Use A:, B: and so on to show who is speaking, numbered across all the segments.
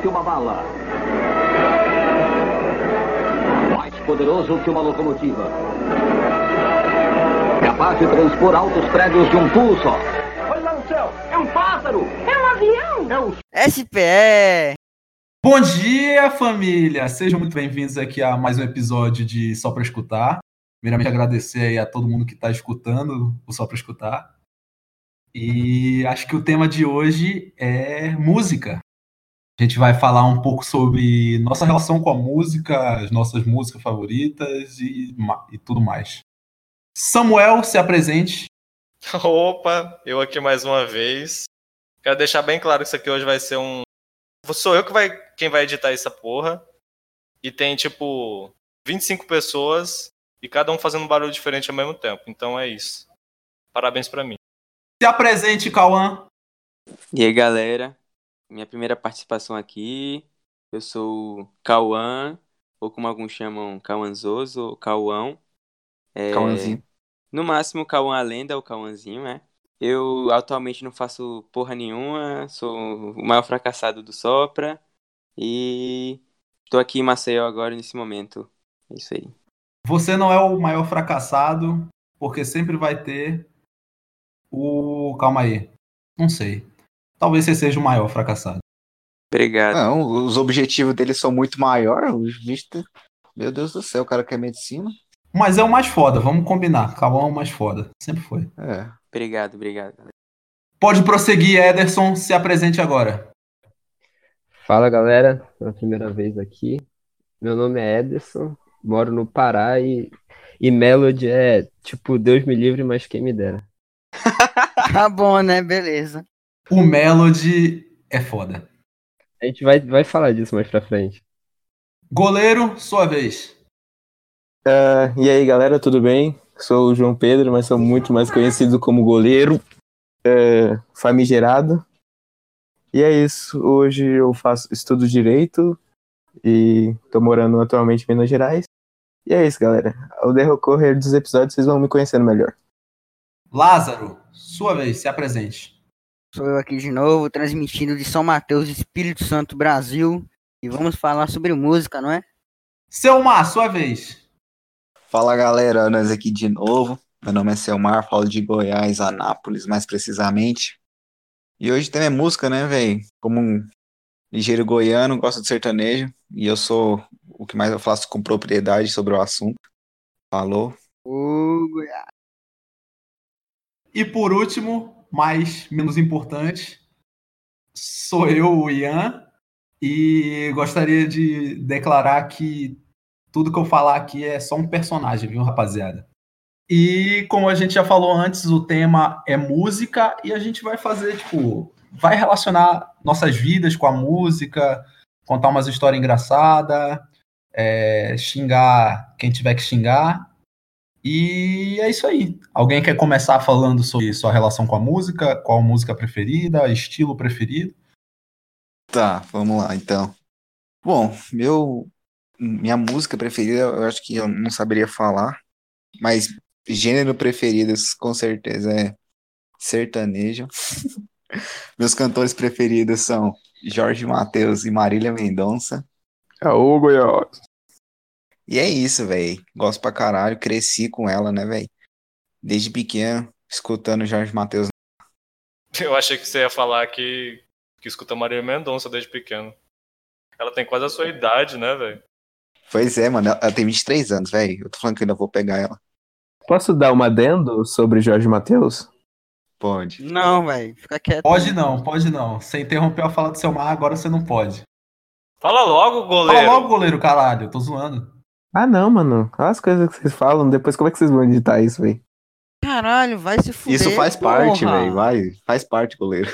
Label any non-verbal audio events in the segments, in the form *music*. A: que uma bala. Mais poderoso que uma locomotiva. Capaz de transpor altos prédios de um pulo só. Olha lá no céu! É um pássaro! É um avião! É um
B: SPE!
C: Bom dia, família! Sejam muito bem-vindos aqui a mais um episódio de Só Pra Escutar. Primeiramente, agradecer aí a todo mundo que está escutando o Só Pra Escutar. E acho que o tema de hoje é música. A gente vai falar um pouco sobre nossa relação com a música, as nossas músicas favoritas e, ma- e tudo mais. Samuel, se apresente.
D: Opa, eu aqui mais uma vez. Quero deixar bem claro que isso aqui hoje vai ser um. Sou eu que vai, quem vai editar essa porra. E tem, tipo, 25 pessoas e cada um fazendo um barulho diferente ao mesmo tempo. Então é isso. Parabéns pra mim. *laughs*
C: Se apresente, Cauã.
E: E aí, galera? Minha primeira participação aqui. Eu sou o Cauã, ou como alguns chamam, Cauanzoso, ou Cauão. É,
F: Cauãzinho.
E: No máximo, Cauã a lenda, ou Cauãzinho, é. Eu atualmente não faço porra nenhuma, sou o maior fracassado do Sopra. E tô aqui em Maceió agora, nesse momento. É isso aí.
C: Você não é o maior fracassado, porque sempre vai ter o. Calma aí. Não sei. Talvez você seja o maior fracassado.
E: Obrigado.
F: Não, os objetivos dele são muito maiores. Os bichos. têm- Meu Deus do céu, o cara quer medicina.
C: Mas é o mais foda, vamos combinar. Cauã é o mais foda. Sempre foi.
F: É.
E: Obrigado, obrigado.
C: Pode prosseguir, Ederson, se apresente agora.
G: Fala galera, pela primeira vez aqui. Meu nome é Ederson, moro no Pará e, e Melody é tipo Deus me livre, mas quem me dera.
B: *laughs* Tá bom, né? Beleza.
C: O Melody é foda.
G: A gente vai, vai falar disso mais pra frente.
C: Goleiro, sua vez.
H: Ah, E aí, galera, tudo bem? Sou o João Pedro, mas sou muito mais conhecido como goleiro é, famigerado. E é isso. Hoje eu faço estudo direito e tô morando atualmente em Minas Gerais. E é isso, galera. Ao decorrer dos episódios, vocês vão me conhecendo melhor.
C: Lázaro, sua vez, se apresente.
B: Sou eu aqui de novo, transmitindo de São Mateus, Espírito Santo, Brasil. E vamos falar sobre música, não é?
C: Selmar, sua vez.
F: Fala galera, nós aqui de novo. Meu nome é Selmar, falo de Goiás, Anápolis, mais precisamente. E hoje tem é música, né, velho? Como um ligeiro goiano, gosto de sertanejo. E eu sou o que mais eu faço com propriedade sobre o assunto. Falou.
B: Ô,
C: E por último, mas menos importante, sou eu, o Ian, e gostaria de declarar que tudo que eu falar aqui é só um personagem, viu, rapaziada? E como a gente já falou antes, o tema é música e a gente vai fazer, tipo, vai relacionar nossas vidas com a música, contar umas histórias engraçadas, é, xingar quem tiver que xingar. E é isso aí. Alguém quer começar falando sobre sua relação com a música, qual música preferida, estilo preferido?
F: Tá, vamos lá então. Bom, meu, minha música preferida, eu acho que eu não saberia falar, mas gênero preferido, com certeza, é sertanejo. *laughs* Meus cantores preferidos são Jorge Mateus e Marília Mendonça.
H: Aô, Goiás!
F: E é isso, velho. Gosto pra caralho, cresci com ela, né, velho? Desde pequeno, escutando Jorge Mateus.
D: Eu achei que você ia falar que, que escuta Maria Mendonça desde pequeno. Ela tem quase a sua idade, né, velho?
F: Pois é, mano, ela ela tem 23 anos, velho. Eu tô falando que eu ainda vou pegar ela.
H: Posso dar uma adendo sobre Jorge Mateus?
F: Pode.
B: Não, velho, fica quieto.
C: Pode não, pode não. Você interrompeu a fala do seu mar, agora você não pode.
D: Fala logo,
C: Fala
D: goleiro.
C: logo, goleiro, caralho. Eu tô zoando.
H: Ah, não, mano. Olha as coisas que vocês falam. Depois, como é que vocês vão editar isso, velho?
B: Caralho, vai se fuder.
F: Isso faz parte,
B: porra.
F: velho. Vai, faz parte, goleiro.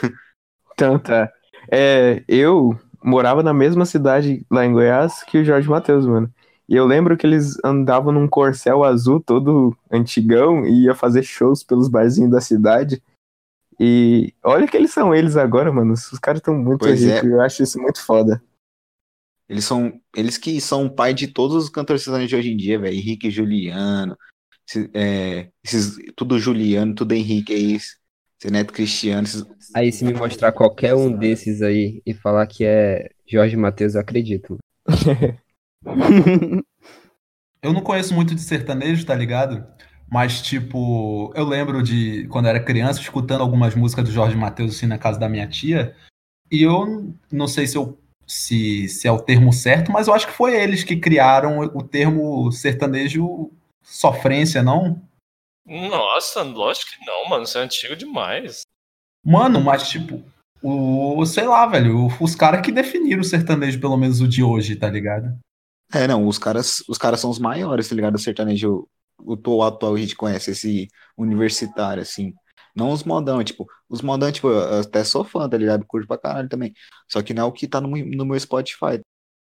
H: Então tá. É, eu morava na mesma cidade lá em Goiás que o Jorge Mateus, mano. E eu lembro que eles andavam num corcel azul todo antigão e ia fazer shows pelos barzinhos da cidade. E olha que eles são eles agora, mano. Os caras estão muito
F: Pois é.
H: ricos. Eu acho isso muito foda.
F: Eles são, eles que são o pai de todos os cantores sertanejos de hoje em dia, velho. Henrique e Juliano, esse- é, esses, tudo Juliano, tudo Henrique aí, Seu Neto Cristiano, esses-
G: Aí se me mostrar qualquer um desses aí e falar que é Jorge Matheus, eu acredito.
C: Eu não conheço muito de sertanejo, tá ligado? Mas, tipo, eu lembro de quando eu era criança, escutando algumas músicas do Jorge Mateus assim na casa da minha tia. E eu não sei se, eu, se, se é o termo certo, mas eu acho que foi eles que criaram o termo sertanejo sofrência, não?
D: Nossa, lógico que não, mano. Isso é antigo demais.
C: Mano, mas, tipo, o, sei lá, velho, os caras que definiram o sertanejo, pelo menos o de hoje, tá ligado?
F: É, não, os caras, os caras são os maiores, tá ligado? O sertanejo, o to- o atual que a gente conhece, esse universitário, assim. Não os modão, tipo, os modão, tipo, eu até sou fã, tá ligado? Curto pra caralho também. Só que não é o que tá no, meu- no meu Spotify.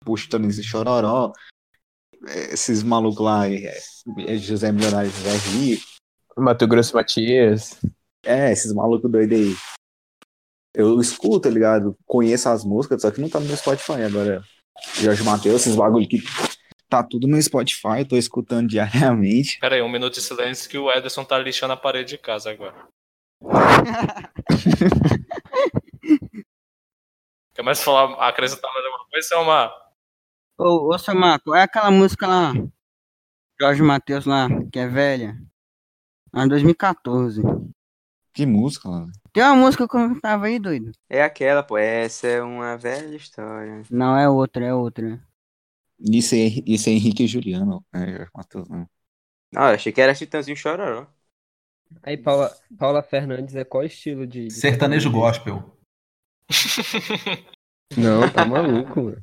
F: Tipo, Chitãozinho e Chororó, eh, esses malucos lá, eh, eh, José Milionário, José Rico,
H: Mato Grosso Matias.
F: é, esses malucos doidos aí. Eu escuto, tá ligado? Conheço as músicas, só que não tá no meu Spotify agora. Jorge Mateus, esses bagulho que tá tudo no Spotify, eu tô escutando diariamente.
D: Pera aí, um minuto de silêncio que o Ederson tá lixando a parede de casa agora. Quer mais falar, acrescentar mais alguma coisa, seu Omar?
B: Ô, ô Samar, qual é aquela música lá? Jorge Matheus lá, que é velha. Ah, Lá em 2014.
F: Que música, mano.
B: Tem uma música que eu tava aí, doido.
E: É aquela, pô. Essa é uma velha história.
B: Não, é outra, é outra.
F: Isso é, isso é Henrique e Juliano, né? Jorge Mateus, não.
E: Ah, eu achei que era Chitãozinho Chororó.
G: Aí Paula, Paula Fernandes é qual estilo de. de
C: Sertanejo gospel.
G: Não, tá maluco, mano.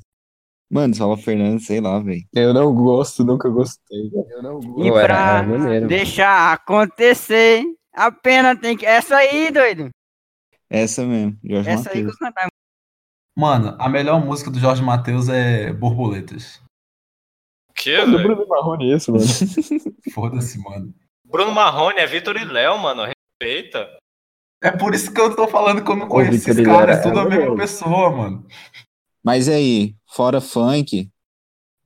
F: Mano, Saulo Fernandes, sei lá, velho.
H: Eu não gosto, nunca gostei. Eu não
B: E
G: Ué,
B: pra
G: é maneiro.
B: deixar acontecer, a pena tem que. Essa aí, doido.
F: Essa mesmo, Jorge
B: Essa aí que
F: Mateus.
B: eu cantava.
C: Mano, a melhor música do Jorge Mateus é Borboletas.
D: O quê,
H: Do
D: velho?
H: Bruno Marrone isso, mano.
C: Foda-se, mano.
D: Bruno Marrone é Vitor e Léo, mano. Respeita.
C: É por isso que eu tô falando que eu não
H: Ô,
C: conheço
H: Vitor
C: esses
H: Hilera,
C: caras,
H: é
C: tudo a mesma
H: maravilhoso.
C: pessoa, mano.
F: *laughs* Mas e aí, fora funk,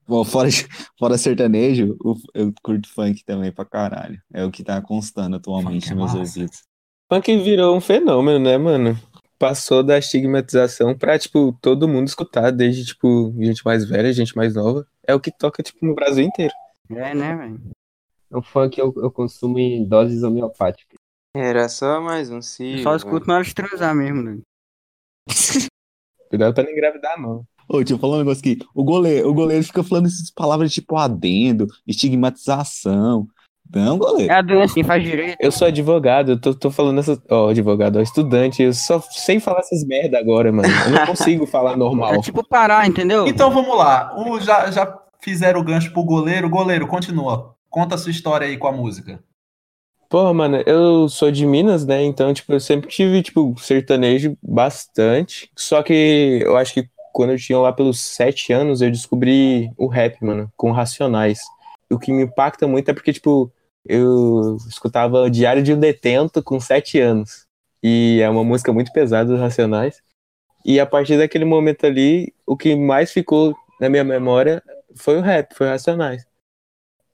F: bom, fora, fora sertanejo, o- eu curto funk também pra caralho. É o que tá constando atualmente
C: Funk é
F: nos meus
C: massa.
F: ouvidos.
H: Funk virou um fenômeno, né, mano? Passou da estigmatização pra, tipo, todo mundo escutar, desde, tipo, gente mais velha, gente mais nova. É o que toca, tipo, no Brasil inteiro.
B: É, né, velho?
G: É um funk eu, eu consumo em doses homeopáticas.
E: Era só mais um ciclo.
B: Eu Só escuto na hora de transar mesmo, doido.
H: Cuidado pra não engravidar, não.
F: Ô, deixa eu falar um negócio aqui. O goleiro, o goleiro fica falando essas palavras tipo adendo, estigmatização. Não, um
B: É
F: goleiro.
B: a doença quem faz direito.
H: Eu sou advogado, eu tô, tô falando essa. Ó, advogado, ó, estudante, eu só sei falar essas merda agora, mano. Eu não consigo falar
B: É *laughs*
H: normal.
B: tipo parar, entendeu?
C: Então vamos lá. O, já, já fizeram o gancho pro goleiro. Goleiro, continua. Conta a sua história aí com a música.
H: Porra, mano, eu sou de Minas, né? Então, tipo, eu sempre tive, tipo, sertanejo bastante. Só que eu acho que quando eu tinha lá pelos sete anos, eu descobri o rap, mano, com Racionais. E o que me impacta muito é porque, tipo, eu escutava Diário de um Detento com sete anos. E é uma música muito pesada dos Racionais. E a partir daquele momento ali, o que mais ficou na minha memória foi o rap, foi o Racionais.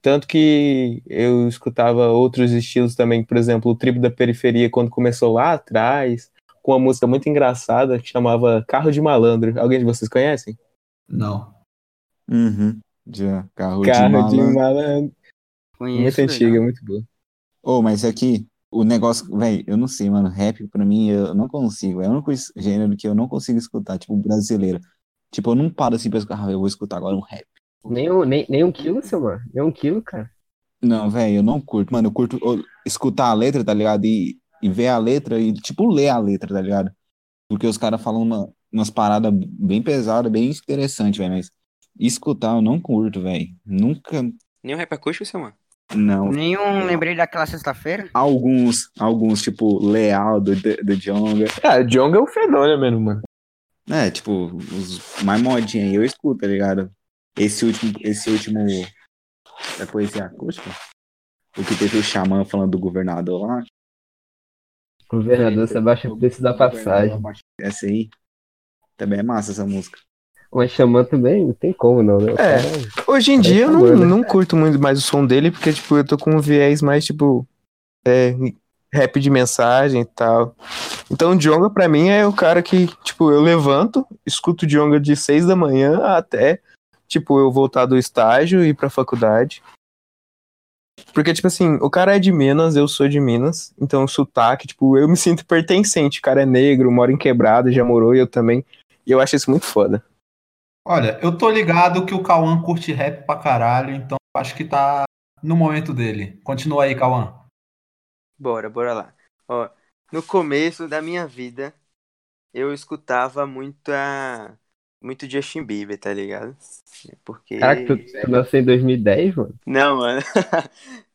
H: Tanto que eu escutava outros estilos também, por exemplo, o Tribo da Periferia, quando começou lá atrás, com uma música muito engraçada que chamava Carro de Malandro. Alguém de vocês conhecem?
C: Não.
F: Uhum. Já, carro de
H: Carro de
F: malandro.
H: Malandro.
B: Conheço,
H: Muito
B: doido.
H: antiga, muito boa.
F: Ô, mas aqui, o negócio, velho, eu não sei, mano. Rap pra mim, eu não consigo. É o único es- gênero que eu não consigo escutar, tipo, brasileiro. Tipo, eu não paro assim pra escutar, ah, eu vou escutar agora um rap.
G: Nem um, nem, nem um quilo, seu mano. Nem um quilo, cara.
F: Não, velho, eu não curto. Mano, eu curto ô, escutar a letra, tá ligado? E, e ver a letra e, tipo, ler a letra, tá ligado? Porque os caras falam uma- umas paradas bem pesadas, bem interessantes, velho. Mas escutar eu não curto, velho. Nunca.
E: Nenhum um rap acústico, seu mano.
F: Não.
B: Nenhum lembrei daquela sexta-feira?
F: Alguns, alguns, tipo, Leal do, do Djonga.
H: Ah, Jong é um fenômeno mesmo, mano.
F: É, tipo, os mais modinhos aí eu escuto, tá ligado? Esse último, esse último da poesia acústica, o que teve o Xamã falando do governador lá,
G: Governador Sebastião preço da passagem.
F: essa aí, também é massa essa música.
G: Mas Xamã também não tem como, não, né? O
H: É.
G: cara-
H: Hoje em
G: Tá
H: dia eu não,
G: boa, né?
H: não curto muito mais o som dele, porque, tipo, eu tô com um viés mais, tipo, é, rap de mensagem e tal. Então o Djonga pra mim é o cara que, tipo, eu levanto, escuto o Djonga de seis da manhã até, tipo, eu voltar do estágio e ir pra faculdade. Porque, tipo assim, o cara é de Minas, eu sou de Minas, então o sotaque, tipo, eu me sinto pertencente. O cara é negro, mora em quebrado, já morou e eu também. E eu acho isso muito foda.
C: Olha, eu tô ligado que o Cauã curte rap pra caralho, então acho que tá no momento dele. Continua aí, Cauã.
E: Bora, bora lá. Ó, no começo da minha vida, eu escutava muito a... muito Justin Bieber, tá ligado? Porque.
G: Caraca, tu, tu nasceu em 2010, mano?
E: Não, mano. *laughs*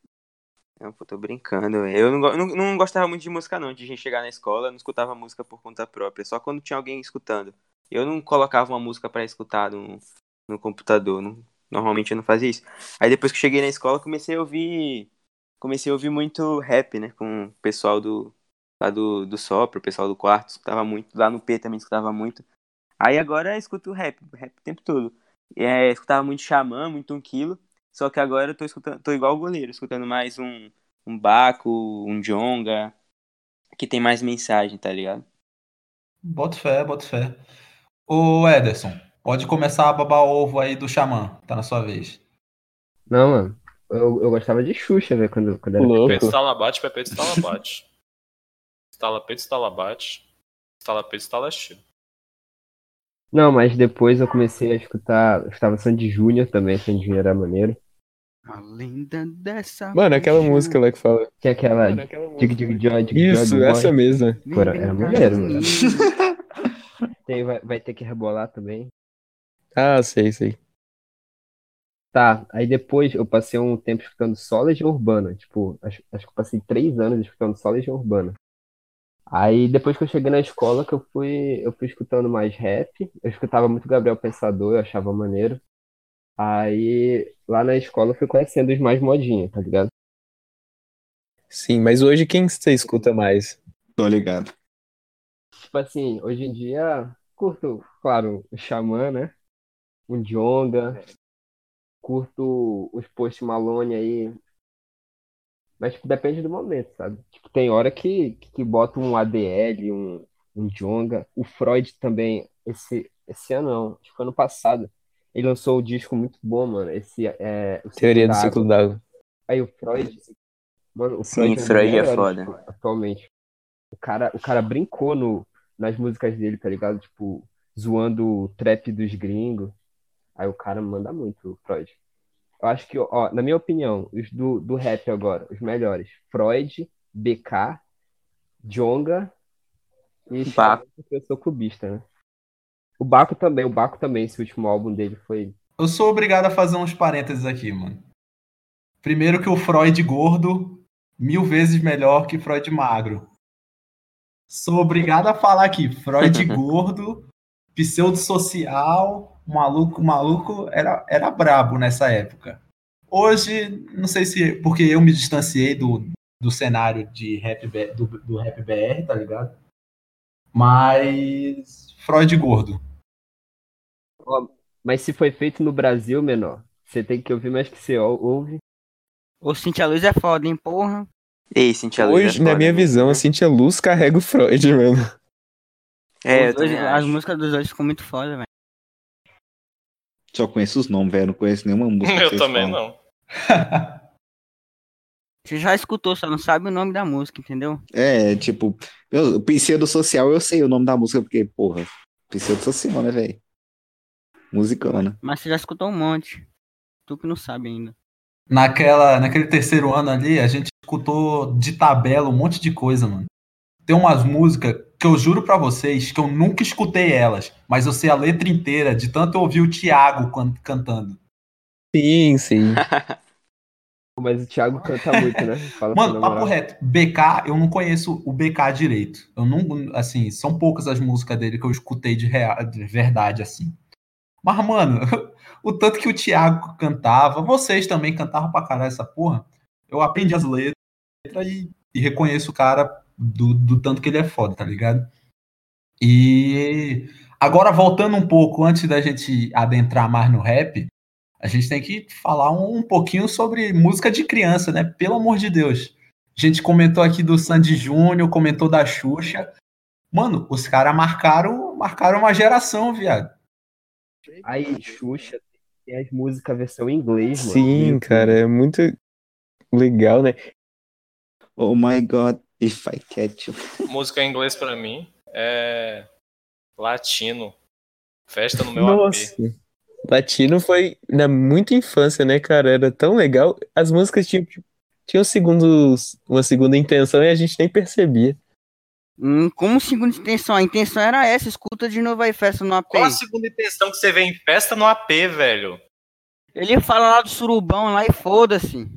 E: Não, pô, tô brincando. velho. Eu não, go- não, não gostava muito de música, não. De gente chegar na escola, eu não escutava música por conta própria. Só quando tinha alguém escutando. Eu não colocava uma música pra escutar no, no computador. não- normalmente eu não fazia isso. Aí depois que eu cheguei na escola, comecei a ouvir. Comecei a ouvir muito rap, né? Com o pessoal do. Lá do, do Sopro, o pessoal do quarto, escutava muito. Lá no P também escutava muito. Aí agora eu escuto rap, rap o tempo todo. É, escutava muito Xamã, muito um quilo. Só que agora eu tô escutando, tô igual o goleiro, escutando mais um, um Baco, um Jonga, que tem mais mensagem, tá ligado?
C: Boto fé, boto fé. Ô Ederson, pode começar a babar ovo aí do Xamã, tá na sua vez.
G: Não, mano. Eu, eu gostava de Xuxa, velho, quando, quando era.
D: Peito
H: Louco.
D: estala bate, pé peito estala bate. Estala peito estala bate. Estala peito estala chi.
G: Não, mas depois eu comecei a escutar. Eu escutava Sandy Júnior também, Sandy Júnior era maneiro.
B: A lenda dessa.
H: Mano, aquela
B: paixão.
H: música lá que fala.
G: Tinha aquela. Dig Dig Joy, Dig
H: Isso,
G: Joy,
H: essa
G: Boy.
H: mesma.
G: Pô, era- era
B: Vem cá,
G: maneiro, mano.
B: menino.
G: Tem, vai, vai ter que rebolar também.
H: Ah, sei, sei.
G: Tá, aí depois eu passei um tempo escutando só Legião Urbana. Tipo, acho, acho que eu passei três anos escutando só Legião Urbana. Aí depois que eu cheguei na escola, que eu fui, eu fui escutando mais rap. Eu escutava muito Gabriel Pensador, eu achava maneiro. Aí lá na escola eu fui conhecendo os mais modinha, tá ligado?
H: Sim, mas hoje quem você escuta mais?
F: Tô ligado.
G: Tipo assim, hoje em dia, curto, claro, o Xamã, né? O Djonga.
H: É.
G: Curto os Post Malone aí. Mas, tipo, depende do momento, sabe? Tipo, tem hora que, que bota um ADL, um, um Djonga. O Freud também, esse, esse ano não, acho que foi ano passado. Ele lançou um disco muito bom, mano. Esse é. o Ciclo
H: Teoria do
G: da Água.
H: ciclo d'água.
G: Aí o Freud. Mano, o
E: Sim,
G: um dos
E: Freud é
G: melhores,
E: foda.
G: tipo, atualmente. O cara, o cara brincou no, nas músicas dele, tá ligado? Tipo, zoando o trap dos gringos. Aí o cara manda muito, o Freud. Eu acho que, ó, na minha opinião, os do, do rap agora, os melhores. Freud, BK, Djonga e
E: Baco.
G: porque eu sou cubista, né? O Baco também, o Baco também, esse último álbum dele foi.
C: Eu sou obrigado a fazer uns parênteses aqui, mano. Primeiro que o Freud gordo, mil vezes melhor que Freud magro. Sou obrigado a falar aqui, Freud gordo, pseudo-social, maluco, maluco, era, era brabo nessa época. Hoje, não sei se porque eu me distanciei do, do cenário de rap, B- do, do rap BR, tá ligado? Mas Freud gordo. *laughs*
G: Mas se foi feito no Brasil, menor, você tem que ouvir mais que você ou- ouve.
B: Ô, Cintia Luz é foda, hein, porra.
E: Ei, Cintia Luz.
H: Hoje, na minha visão, assim, a Cintia Luz carrega o Freud, *laughs* mano.
E: É,
B: Os
E: eu
B: dois-
E: também
B: as
E: acho.
B: músicas dos dois ficam muito foda, velho.
F: Só conheço os nomes, velho. Não conheço nenhuma música. que
D: Eu
F: vocês
D: também
F: falam.
D: não.
B: Você já escutou, só não sabe o nome da música, entendeu?
F: É, tipo, eu, o Pseudo Social eu sei o nome da música, porque, porra, Pseudo Social, né, velho? Musicona.
B: Mas você já escutou um monte. Tu que não sabe ainda.
C: naquela, naquele terceiro ano ali, a gente escutou de tabela um monte de coisa, mano. Tem umas músicas que eu juro pra vocês que eu nunca escutei elas, mas eu sei a letra inteira de tanto eu ouvir o Thiago can- cantando.
H: Sim, *laughs* sim.
G: Mas o Thiago canta muito, né? Fala pra
C: Mano, papo
G: namorar.
C: reto, BK, eu não conheço o BK direito. Eu não, assim, são poucas as músicas dele que eu escutei de, rea- de verdade, assim. Mas, mano, *laughs* o tanto que o Thiago cantava, vocês também cantavam pra caralho essa porra. Eu aprendi as letras e, e reconheço o cara do, do tanto que ele é foda, tá ligado? E agora, voltando um pouco, antes da gente adentrar mais no rap, um a gente tem que falar um pouquinho sobre música de criança, né? Pelo amor de Deus. A gente comentou aqui do Sandy Júnior, comentou da Xuxa. Mano, os caras marcaram, marcaram uma geração, viado.
G: Aí, Xuxa, tem as músicas versão em inglês, mano.
H: Sim, cara, é muito legal, né?
F: Oh my god, if I catch you.
D: Música em inglês pra mim é latino. Festa no meu
H: Nossa. Latino foi na muita infância, né, cara? Era tão legal. As músicas tinham, tipo, tinham segundos, uma segunda intenção e a gente nem percebia.
B: Hum, como segunda intenção? A intenção era essa, escuta de novo aí, festa no AP.
D: Qual
E: assim?
D: a segunda intenção que você vê em festa no AP, velho?
B: Ele fala lá do surubão lá e foda-se.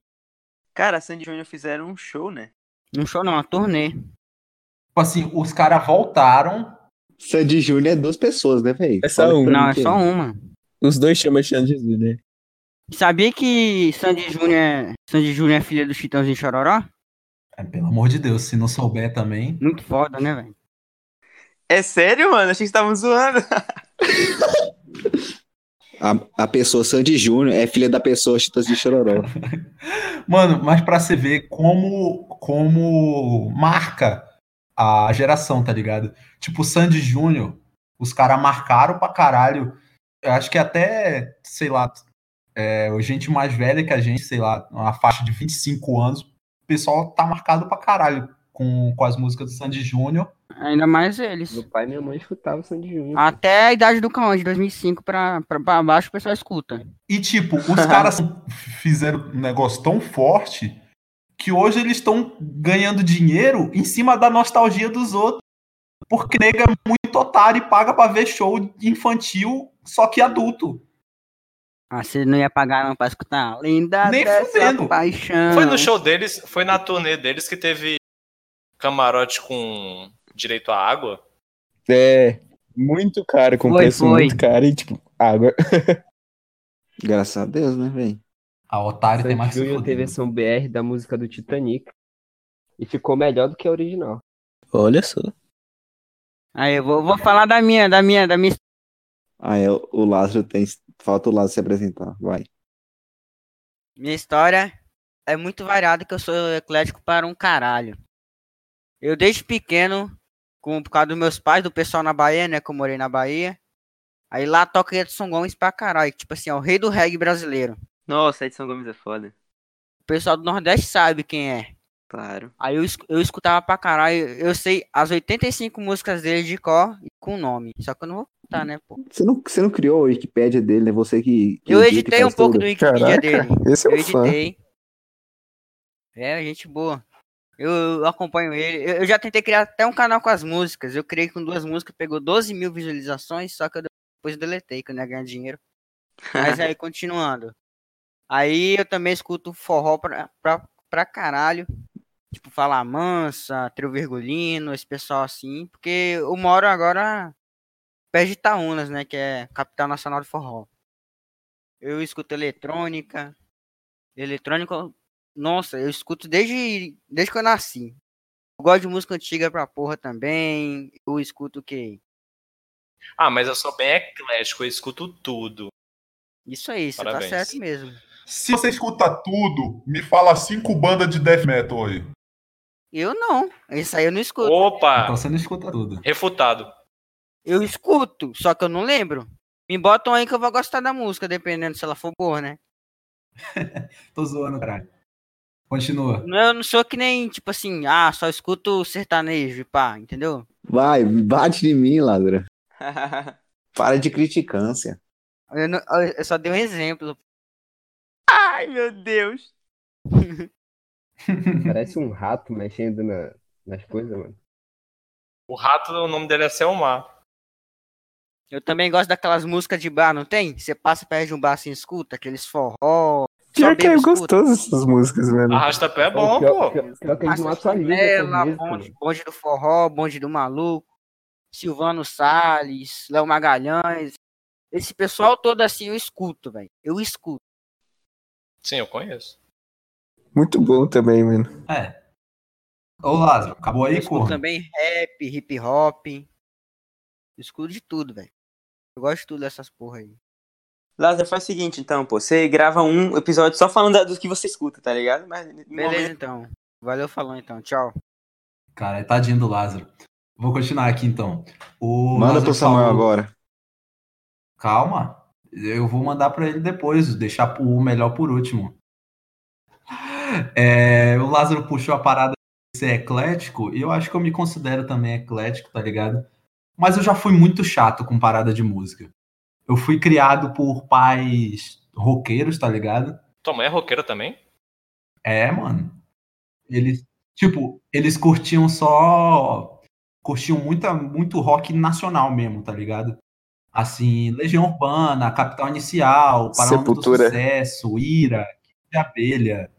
E: Cara, a Sandy Júnior fizeram um show, né?
B: Não show não, é uma turnê.
C: Tipo assim, os caras voltaram.
F: Sandy Júnior é duas pessoas, né, velho?
H: É só
F: Fala
H: um.
F: pra
B: Não,
F: mim
B: é
F: quem
B: só uma.
H: Os dois chamam Xande Jesus, né?
B: Sabia que Sandy Júnior é... Sandy Júnior é filha do Chitãozinho Chororó?
C: É, pelo amor de Deus, se não souber também.
B: Muito foda, né, velho?
E: É sério, mano? Achei que estavam zoando. *laughs*
F: A, a pessoa Sandy Júnior é filha da pessoa Chitas de Chororó.
B: *laughs*
C: Mano, mas pra você ver como, como marca a geração, tá ligado? Tipo, o Sandy Júnior, os caras marcaram pra caralho. Eu acho que até, sei lá, é, gente mais velha que a gente, sei lá, uma faixa de 25 anos, o pessoal tá marcado pra caralho com, com as músicas do Sandy Júnior.
B: Ainda mais eles.
G: Meu pai e minha mãe escutavam Sandy Júnior.
B: Até a idade do Cauã, de 2005 pra, pra, pra baixo, o pessoal escuta.
C: E, tipo,
F: *laughs*
C: os caras fizeram um negócio tão forte que hoje eles estão ganhando dinheiro em cima da nostalgia dos outros. Porque nega é muito otário e paga pra ver show infantil, só que adulto.
B: Ah, você não ia pagar não pra escutar? Linda
C: Nem
B: dessa
C: fudendo.
B: paixão.
D: Foi no show deles, foi na turnê deles que teve camarote com direito à água.
H: É, muito caro, com
B: Foi,
H: preço
B: foi.
H: muito caro e tipo, água.
F: Graças a Deus, né, velho?
C: A Ah, otário tem
G: Sandy
C: mais. se
G: Júnior teve
C: fuder. né?
G: versão BR da música do Titanic. E ficou melhor do que a original.
H: Olha só.
B: Aí, eu vou, vou falar da minha, da minha, da minha.
F: Ah, é, o o Lázaro tem. Falta o Lázaro se apresentar. Vai.
B: Minha história é muito variada, que eu sou eclético para um caralho. Eu desde pequeno, com, por causa dos meus pais, do pessoal na Bahia, né, que eu morei na Bahia. Aí lá toca Edson Gomes pra caralho, que, tipo assim, é o rei do reggae brasileiro.
E: Nossa, Edson Gomes é foda.
B: O pessoal do Nordeste sabe quem é.
E: Claro.
B: Aí eu, es- eu escutava pra caralho. Eu sei as 85 músicas dele de cor e com nome. Só que eu não vou contar, né, pô?
F: Você não, você não criou a Wikipédia dele, né? Você que. que
B: Eu
F: edita e
B: editei um
F: faz
B: pouco
F: tudo.
B: do Wikipedia
H: Caraca,
B: dele.
H: Esse é
B: Eu
H: um fã.
B: editei. É, gente boa. Eu, eu acompanho ele. Eu, eu já tentei criar até um canal com as músicas. Eu criei com duas músicas, pegou 12 mil visualizações, só que eu depois deletei, que eu não ia ganhar dinheiro. Mas aí, continuando. Aí eu também escuto forró pra, pra, pra caralho. Tipo, Fala Mansa, Trio Virgulino, esse pessoal assim. Porque eu moro agora perto de Itaúnas, né? Que é capital nacional do forró. Eu escuto eletrônica. Eletrônica, nossa, eu escuto desde, desde que eu nasci. Eu gosto de música antiga pra porra também. Eu escuto o quê?
D: Ah, mas eu sou bem eclético, eu escuto tudo.
B: Isso aí, você tá
D: Parabéns.
B: certo mesmo.
I: Se você escuta tudo, me fala cinco bandas de death metal aí.
B: Eu não. Isso aí eu não escuto.
D: Opa!
C: Então você não escuta tudo.
D: Refutado.
B: Eu escuto, só que eu não lembro. Me botam aí que eu vou gostar da música, dependendo se ela for boa, né?
C: Tô zoando, caralho. Continua.
B: Não, Eu não sou que nem, tipo assim, ah, só escuto sertanejo e pá, entendeu?
F: Vai, bate em mim, Lázaro. Para de criticância.
B: Eu, não- eu- eu só dei um exemplo.
E: Ai, meu Deus.
C: Uhum.
G: Parece um rato mexendo na- nas coisas, mano.
D: O rato, o nome dele é Selmar.
B: Eu também gosto daquelas músicas de bar, não tem? Você passa perto de um bar assim, escuta aqueles forró.
H: Pior
B: só
H: que é
B: bebo, escuta.
H: gostoso essas músicas, mano.
D: Arrasta pé é
C: Então,
D: bom,
G: pior,
D: pô.
G: pior- pior que eles não
B: Márcio
G: atualizam
C: é
G: essas
B: Fela,
G: músicas,
B: bonde,
G: mano.
B: bonde do forró, bonde do maluco, Silvano Salles, Léo Magalhães. Esse pessoal todo assim eu escuto, velho. Eu escuto.
D: Sim, eu conheço.
H: Muito bom também, mano.
C: É. Ô, Lázaro, acabou
B: Eu
C: aí,
B: escuto
C: corno?
B: também rap, hip hop. Eu escuto de tudo, velho. Eu gosto de tudo dessas porra aí.
E: *laughs* Lázaro, faz o seguinte então, pô. Você grava um episódio só falando da- do que você escuta, tá ligado? Mas no
B: Beleza,
E: momento,
B: então. Valeu, falou então. Tchau.
C: Cara, é tadinho do Lázaro. Vou continuar aqui então. O
F: Manda
C: Lázaro
F: pro Samuel
C: falou-
F: agora.
C: Calma. Eu vou mandar para ele depois, deixar o melhor por último. É, o Lázaro puxou a parada de ser eclético, e eu acho que eu me considero também eclético, tá ligado? Mas eu já fui muito chato com parada de música. Eu fui criado por pais roqueiros, tá ligado?
D: Tua mãe é roqueira também?
C: É, mano. Eles, tipo, eles curtiam só. Curtiam muita, muito rock nacional mesmo, tá ligado? Assim, Legião Urbana, Capital Inicial, Paralama do
H: Sepultura.
C: Sucesso, Ira, Kid de Abelha.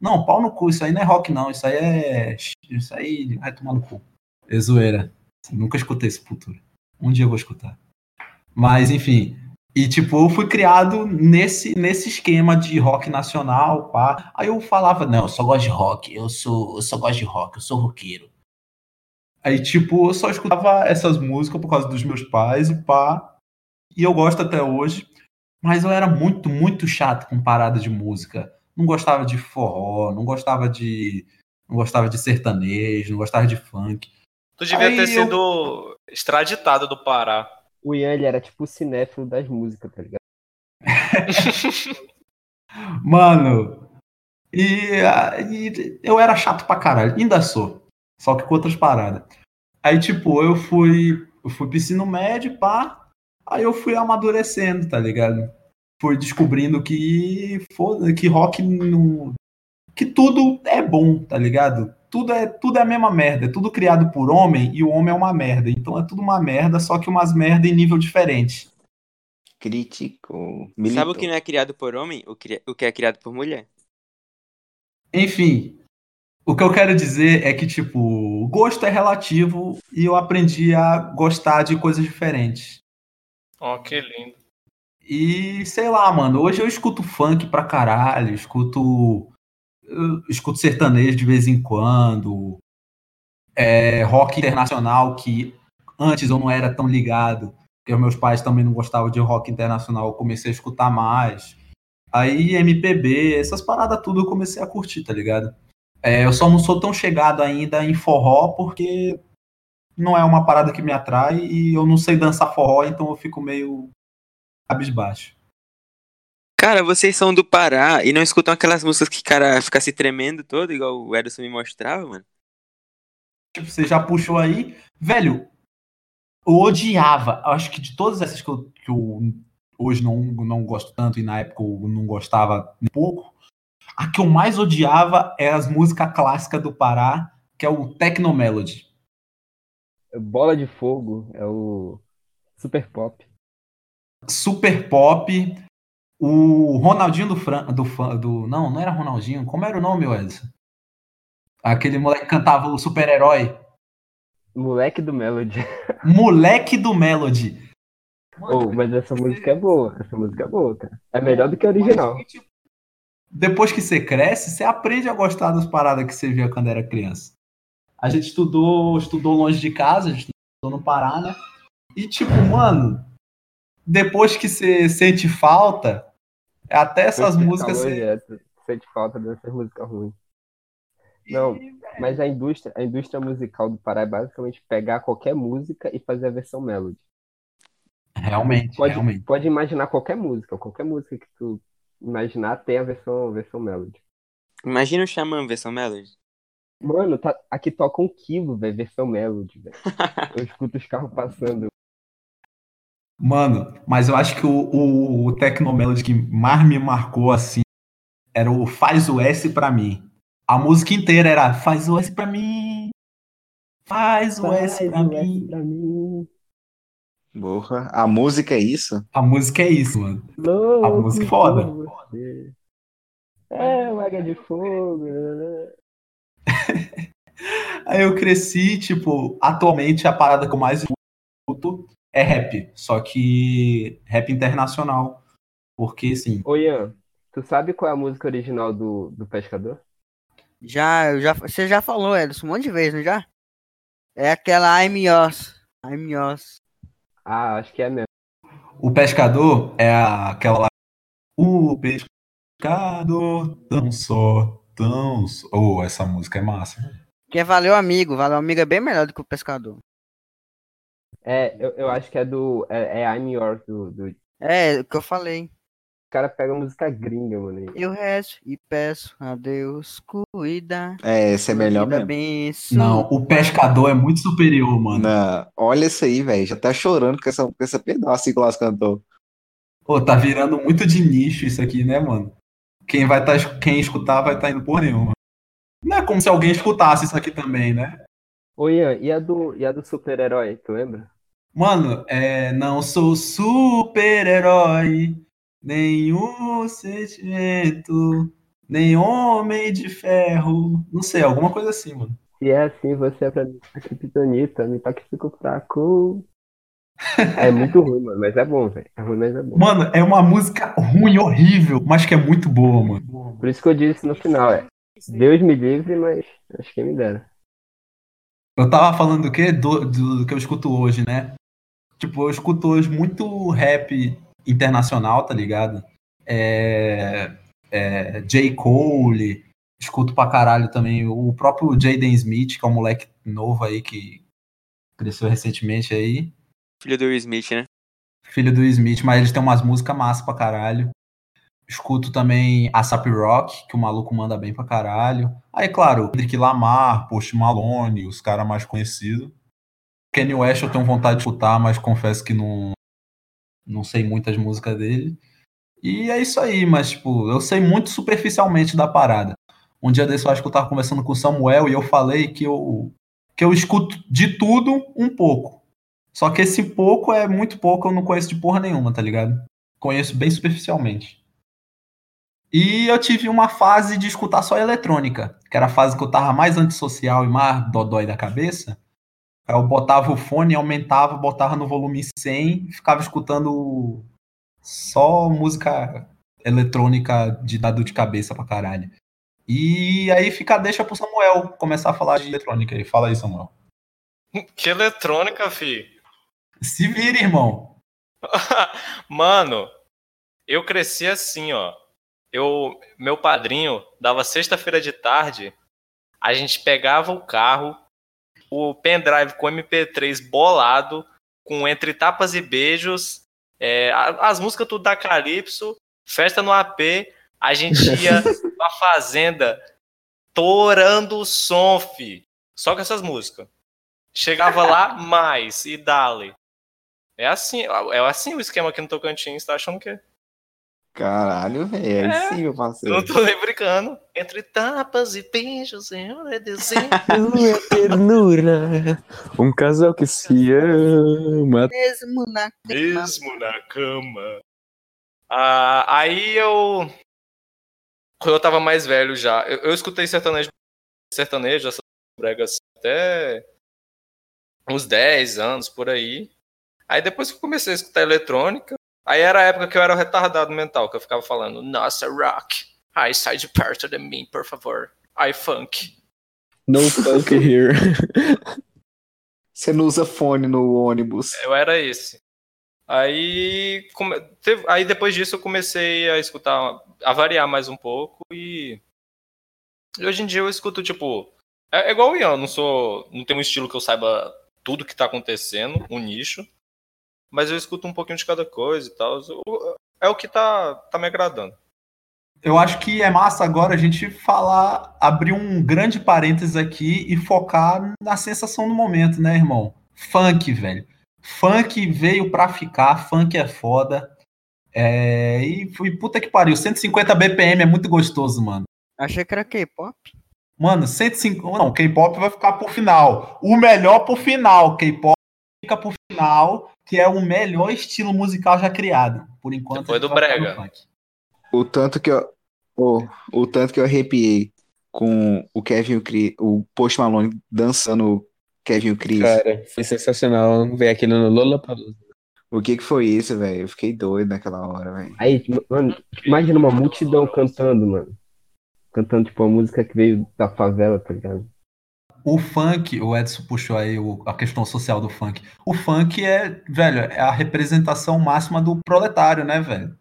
C: Não, pau no cu, isso aí não é rock, não. Isso aí é. Isso aí vai tomar no cu. É zoeira. Nunca escutei Sepultura. Um dia eu vou escutar. Mas, enfim. E, tipo, eu fui criado nesse, nesse esquema de rock nacional, pá. Aí eu falava, não, eu só gosto de rock, eu sou, eu só gosto de rock, eu sou roqueiro. Aí, tipo, eu só escutava essas músicas por causa dos meus pais, e pá. E eu gosto até hoje. Mas eu era muito, muito chato com parada de música. Não gostava de forró, não gostava de. Não gostava de sertanejo, não gostava de funk.
D: Tu devia
C: Aí
D: ter
C: eu-
D: sido extraditado do Pará.
G: O Ian, ele era tipo o cinéfilo das músicas, tá ligado?
C: Mano, e, ah, e eu era chato pra caralho, ainda sou, só que com outras paradas. Aí, tipo, eu fui, eu fui pro ensino médio, pá, aí eu fui amadurecendo, tá ligado? Fui descobrindo que, foda- que rock, no, que tudo é bom, tá ligado? Tudo é, tudo é a mesma merda, é tudo criado por homem e o homem é uma merda, então é tudo uma merda, só que umas merda em nível diferente.
F: Crítico.
E: Sabe
F: militou.
E: o que não é criado por homem? O, cri- o que é criado por mulher?
C: Enfim, o que eu quero dizer é que, tipo, o gosto é relativo e eu aprendi a gostar de coisas diferentes.
D: Ó, que lindo.
C: E sei lá, mano, hoje eu escuto funk pra caralho, escuto. eu escuto sertanejo de vez em quando, é, rock internacional que antes eu não era tão ligado, porque os meus pais também não gostavam de rock internacional, eu comecei a escutar mais. Aí MPB, essas paradas tudo eu comecei a curtir, tá ligado? É, eu só não sou tão chegado ainda em forró porque não é uma parada que me atrai e eu não sei dançar forró, então eu fico meio cabisbaixo.
E: Cara, vocês são do Pará e não escutam aquelas músicas que o cara fica se tremendo todo, igual o Edson me mostrava, mano?
C: Tipo, você já puxou aí. Velho, eu odiava. Acho que de todas essas que eu, que eu hoje não, não gosto tanto e na época eu não gostava nem pouco, a que eu mais odiava era as músicas clássicas do Pará, que é o Tecno Melody.
G: É Bola de Fogo é o super pop.
C: Super Pop, o Ronaldinho do Fran, do, Fan- do Não, não era Ronaldinho. Como era o nome, Edson? Aquele moleque que cantava o super-herói.
G: Moleque do Melody.
C: Moleque do Melody.
G: Oh, *laughs* mas essa música é boa. Essa música é boa, cara. É melhor do que a original.
C: Mas, tipo, Depois que você cresce, você aprende a gostar das paradas que você via quando era criança. A gente estudou, estudou longe de casa, a gente estudou no Pará, né? E tipo, mano, depois que você sente falta, até essas
G: Você
C: músicas
G: falou,
C: você-
G: é, tu sente falta dessas músicas ruins. Não, mas a indústria, a indústria musical do Pará é basicamente pegar qualquer música e fazer a versão melody.
C: realmente,
G: Pode,
C: realmente.
G: pode imaginar qualquer música, qualquer música que tu imaginar tem a versão, a versão melody.
E: Imagina o Xamã versão Melody.
G: Mano, tá, aqui toca um quilo, velho, versão
C: *laughs*
G: melody, velho. Eu escuto os carros passando.
C: Mano, mas eu acho que o, o, o Tecno Melody que mais me marcou assim era o Faz o S pra mim. A música inteira era Faz o S pra mim. Faz o S pra
G: Faz o
C: mim.
G: pra mim.
F: Porra, a música é isso?
C: A música é isso, mano.
G: Louco
C: A música é foda.
G: por você. É, Maga de Fogo. né?
C: Aí eu cresci, tipo, atualmente a parada que eu mais escuto é rap, só que rap internacional. Porque, assim,
G: Ô, Ian, tu sabe qual é a música original do, do Pescador?
B: Já, eu já, você já falou, Edson, um monte de vezes, não já? É aquela I'm yours. I'm yours.
G: Ah, acho que é mesmo.
C: o pescador é a- aquela lá. O pescador tão só
I: tão. Oh, essa música é massa.
B: Que é Valeu Amigo. Valeu Amigo é bem melhor do que o Pescador.
G: É, eu, eu acho que é do. É, é I'm Yours do, do. Os
B: É, o que eu falei.
G: cara pega música gringa, mano.
B: Eu rezo e peço a Deus cuida.
F: É, esse é melhor mesmo.
B: mesmo.
C: Não, o pescador é muito superior, mano.
F: Não, olha isso aí, velho. Já tá chorando com essa, com essa pedaço que o Las cantou.
C: Pô, tá virando muito de nicho isso aqui, né, mano? Quem vai tá, es- quem escutar vai tá indo por nenhuma. Não é como se alguém escutasse isso aqui também, né?
G: Ô Ian, e a do, e a do super-herói, tu lembra?
C: Mano, é, não sou super-herói, nenhum sentimento, nem homem de ferro, não sei, alguma coisa assim, mano.
G: Se é assim, você é pra mim a Kryptonita, me toque fico
D: *laughs*
G: fraco. É muito ruim, mano, mas é bom, velho. É ruim, mas é bom.
C: Mano, é uma música ruim, horrível, mas que é muito boa, mano.
G: Por isso que eu disse no final, é. Deus me livre, mas acho que me dera.
C: Eu tava falando do quê? Do, do, que eu escuto hoje, né? Tipo, eu escuto hoje muito rap internacional, tá ligado? É, é, J. Cole, escuto pra caralho também o próprio Jaden Smith, que é um moleque novo aí que cresceu recentemente aí.
E: Filho do Will Smith, né?
C: Filho do Smith, mas eles têm umas músicas massa pra caralho. Escuto também Asap Rock, que o maluco manda bem pra caralho. Aí, claro, Kendrick Lamar, Post Malone, os caras mais conhecidos. Kanye West eu tenho vontade de escutar, mas confesso que não, não sei muitas músicas dele. E é isso aí, mas tipo, eu sei muito superficialmente da parada. Um dia desse eu acho que eu tava conversando com o Samuel e eu falei que eu, que eu escuto de tudo um pouco. Só que esse pouco é muito pouco, eu não conheço de porra nenhuma, tá ligado? Conheço bem superficialmente. E eu tive uma fase de escutar só eletrônica, que era a fase que eu tava mais antissocial e mais dodói da cabeça. Aí eu botava o fone, aumentava, botava no volume 100, ficava escutando só música eletrônica de dar dor de cabeça pra caralho. E aí fica, deixa pro Samuel começar a falar de eletrônica aí. Fala aí, Samuel.
D: Que eletrônica, fi.
C: Se vira, irmão.
D: Mano, eu cresci assim, ó. Eu, meu padrinho dava sexta-feira de tarde, a gente pegava o carro, o pendrive com MP3 bolado, com entre tapas e beijos, é, a- as músicas tudo da Calypso, festa no AP, a gente ia pra fazenda torando o som, fi. Só com essas músicas. Chegava lá, mais, e dali. É assim, é assim o esquema aqui no Tocantins, tá achando que?
F: Caralho, velho. Aí
D: É.
F: sim, meu parceiro.
D: Não tô *laughs* nem brincando. Entre tapas e beijos, eu é desenho.
H: Tua é ternura, um casal que se ama. tá
B: Mesmo na cama.
D: Mesmo na cama. Ah, aí eu. Quando eu tava mais velho já, eu, eu escutei sertanejo, sertanejo, essas bregas assim, até uns 10 anos por aí. Aí depois que eu comecei a escutar eletrônica, aí era a época que eu era o retardado mental, que eu ficava falando, nossa, rock, ai, sai de perto de mim, por favor. Ai, funk.
H: No funk here.
F: Você não usa fone no ônibus.
D: Eu era esse. Aí, come- teve- aí depois disso eu comecei a escutar, a variar mais um pouco e e hoje em dia eu escuto tipo, é, é igual o Ian, eu não sou, não tem um estilo que eu saiba tudo que tá acontecendo, um nicho, mas eu escuto um pouquinho de cada coisa e tal. Eu- É o que tá, tá me agradando.
C: Eu acho que é massa agora a gente falar, abrir um grande parênteses aqui e focar na sensação do momento, né, irmão? Funk, velho. Funk veio pra ficar, funk é foda. É, e fui puta que pariu, 150 BPM é muito gostoso, mano.
B: Achei que era K-pop.
C: Mano, 150, não, K-pop vai ficar pro final. O melhor pro final, K-pop fica pro final, que é o melhor estilo musical já criado, por enquanto.
D: Depois
C: a gente
D: do
C: vai ficar
D: brega.
C: no funk.
F: O tanto que eu. ô, o tanto que eu arrepiei com o Kevin e o Chris, o Post Malone dançando o Kevin e o Chris.
H: Cara,
C: É
H: foi sensacional ver aquilo no Lollapalooza.
F: O que que foi isso, velho? Eu fiquei doido naquela hora, velho.
G: Aí, mano, imagina uma multidão cantando, mano. Cantando, tipo, a música que veio da favela, tá ligado?
C: O funk, o Edson puxou aí o- a questão social do funk. O funk é, velho, é a representação máxima do proletário, né, velho?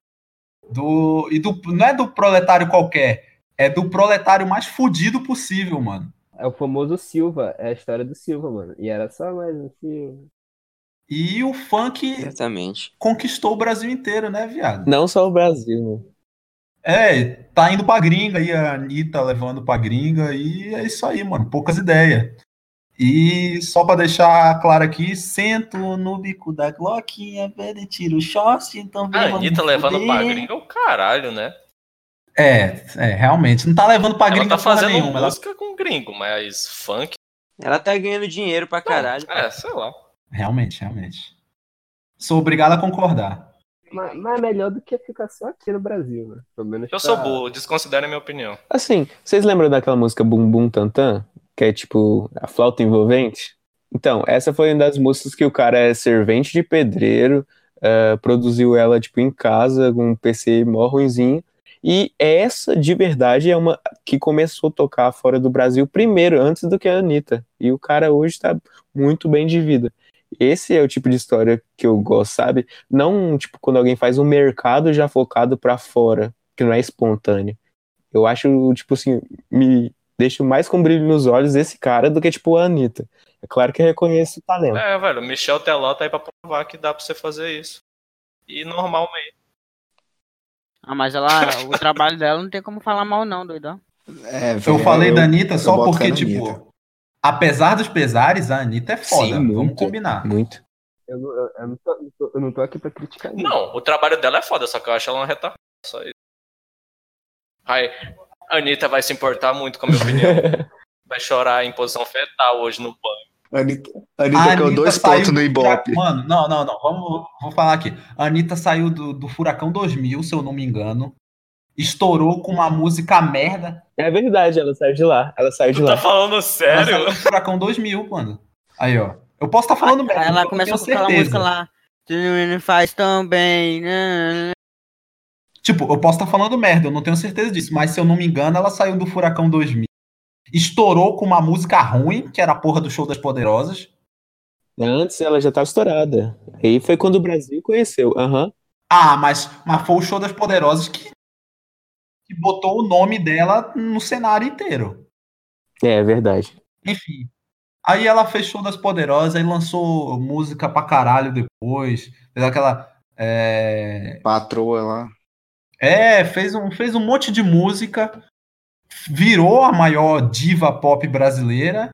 C: Do, e do, não é do proletário qualquer, é do proletário mais fudido possível, mano.
G: É o famoso Silva, é a história do Silva, mano. E era só mais um Silva.
C: E o funk
E: Exatamente.
C: conquistou o Brasil inteiro, né, viado?
H: Não só o Brasil, né?
C: É, tá indo pra gringa aí, a Anitta levando pra gringa, e é isso aí, mano, poucas ideias. E só pra deixar claro aqui, sento no bico da Gloquinha, velho, tiro o short, então...
D: A
C: vamos
D: Anitta levando
C: fuder.
D: pra gringa é o caralho, né?
C: É, é, realmente, não tá levando pra
D: Ela
C: gringa
D: tá
C: porra
D: fazendo
C: nenhuma, ela-
D: música com gringo, mas funk.
E: Ela tá ganhando dinheiro pra caralho.
D: É, sei lá.
C: Realmente, realmente. Sou obrigado a concordar.
G: Mas, mas é melhor do que ficar só aqui no Brasil, né? Pelo menos
D: Eu
G: pra-
C: Tá.
D: sou burro, desconsidera a minha opinião.
H: Assim, vocês lembram daquela música Bum Bum Tantan? Que é tipo a flauta envolvente? Então, essa foi uma das músicas que o cara é servente de pedreiro, eh, produziu ela tipo em casa com um PC mó ruinzinho. E essa, de verdade, é uma que começou a tocar fora do Brasil primeiro, antes do que a Anitta. E o cara hoje tá muito bem de vida. Esse é o tipo de história que eu gosto, sabe? Não, tipo, quando alguém faz um mercado já focado pra fora, que não é espontâneo. Eu acho, tipo assim, me deixo mais com brilho nos olhos esse cara do que, tipo, a Anitta. É claro que eu reconheço o talento.
D: É, velho, o Michel Teló tá aí pra provar que dá pra você fazer isso. E normal mesmo.
B: Ah, mas ela, o trabalho dela não tem como falar mal, não, doidão.
F: É,
C: Eu
F: velho,
C: falei da Anitta
F: eu
C: só
F: boto
C: porque,
F: fé na
C: tipo,
F: Anitta.
C: apesar dos pesares, a Anitta é foda.
H: Sim,
C: Vamos
H: muito.
C: combinar.
H: Muito.
G: Eu, não- eu- eu não tô, eu tô- eu não tô aqui pra criticar ninguém.
D: Não, o trabalho dela é foda, só que eu acho ela uma retardada. Só isso. Ai, a Anitta vai se importar muito com a minha opinião.
F: *laughs*
D: Vai chorar em posição fetal hoje no banho.
F: Anitta, Anitta deu dois
C: saiu
F: pontos no
C: do furacão-
F: Ibope.
C: Mano, não, não, não. Vamos, vou falar aqui. A Anitta saiu do, do Furacão 2000, se eu não me engano. Estourou com uma música merda.
H: É verdade, ela saiu de lá. Ela saiu de
D: Tá
H: lá.
D: falando
C: Ela
D: sério?
C: saiu do Furacão 2000, mano. Aí, ó. Eu posso estar falando merda. mas
B: Ela
C: eu
B: começou com
C: tenho
B: aquela
C: certeza.
B: música lá. Tu não faz tão bem. né?
C: Tipo, eu posso estar falando merda, eu não tenho certeza disso, mas se eu não me engano, ela saiu do Furacão 2000. Estourou com uma música ruim, que era a porra do Show das Poderosas.
H: Antes ela já tava estourada. Aí foi quando o Brasil conheceu. Aham.
C: Ah, mas, mas foi o Show das Poderosas que, que botou o nome dela no cenário inteiro.
H: É, é verdade.
C: Enfim. Aí ela fez Show das Poderosas, aí lançou música pra caralho depois. Fez aquela. É,
F: Patroa lá.
C: É, fez um, fez um monte de música, virou a maior diva pop brasileira.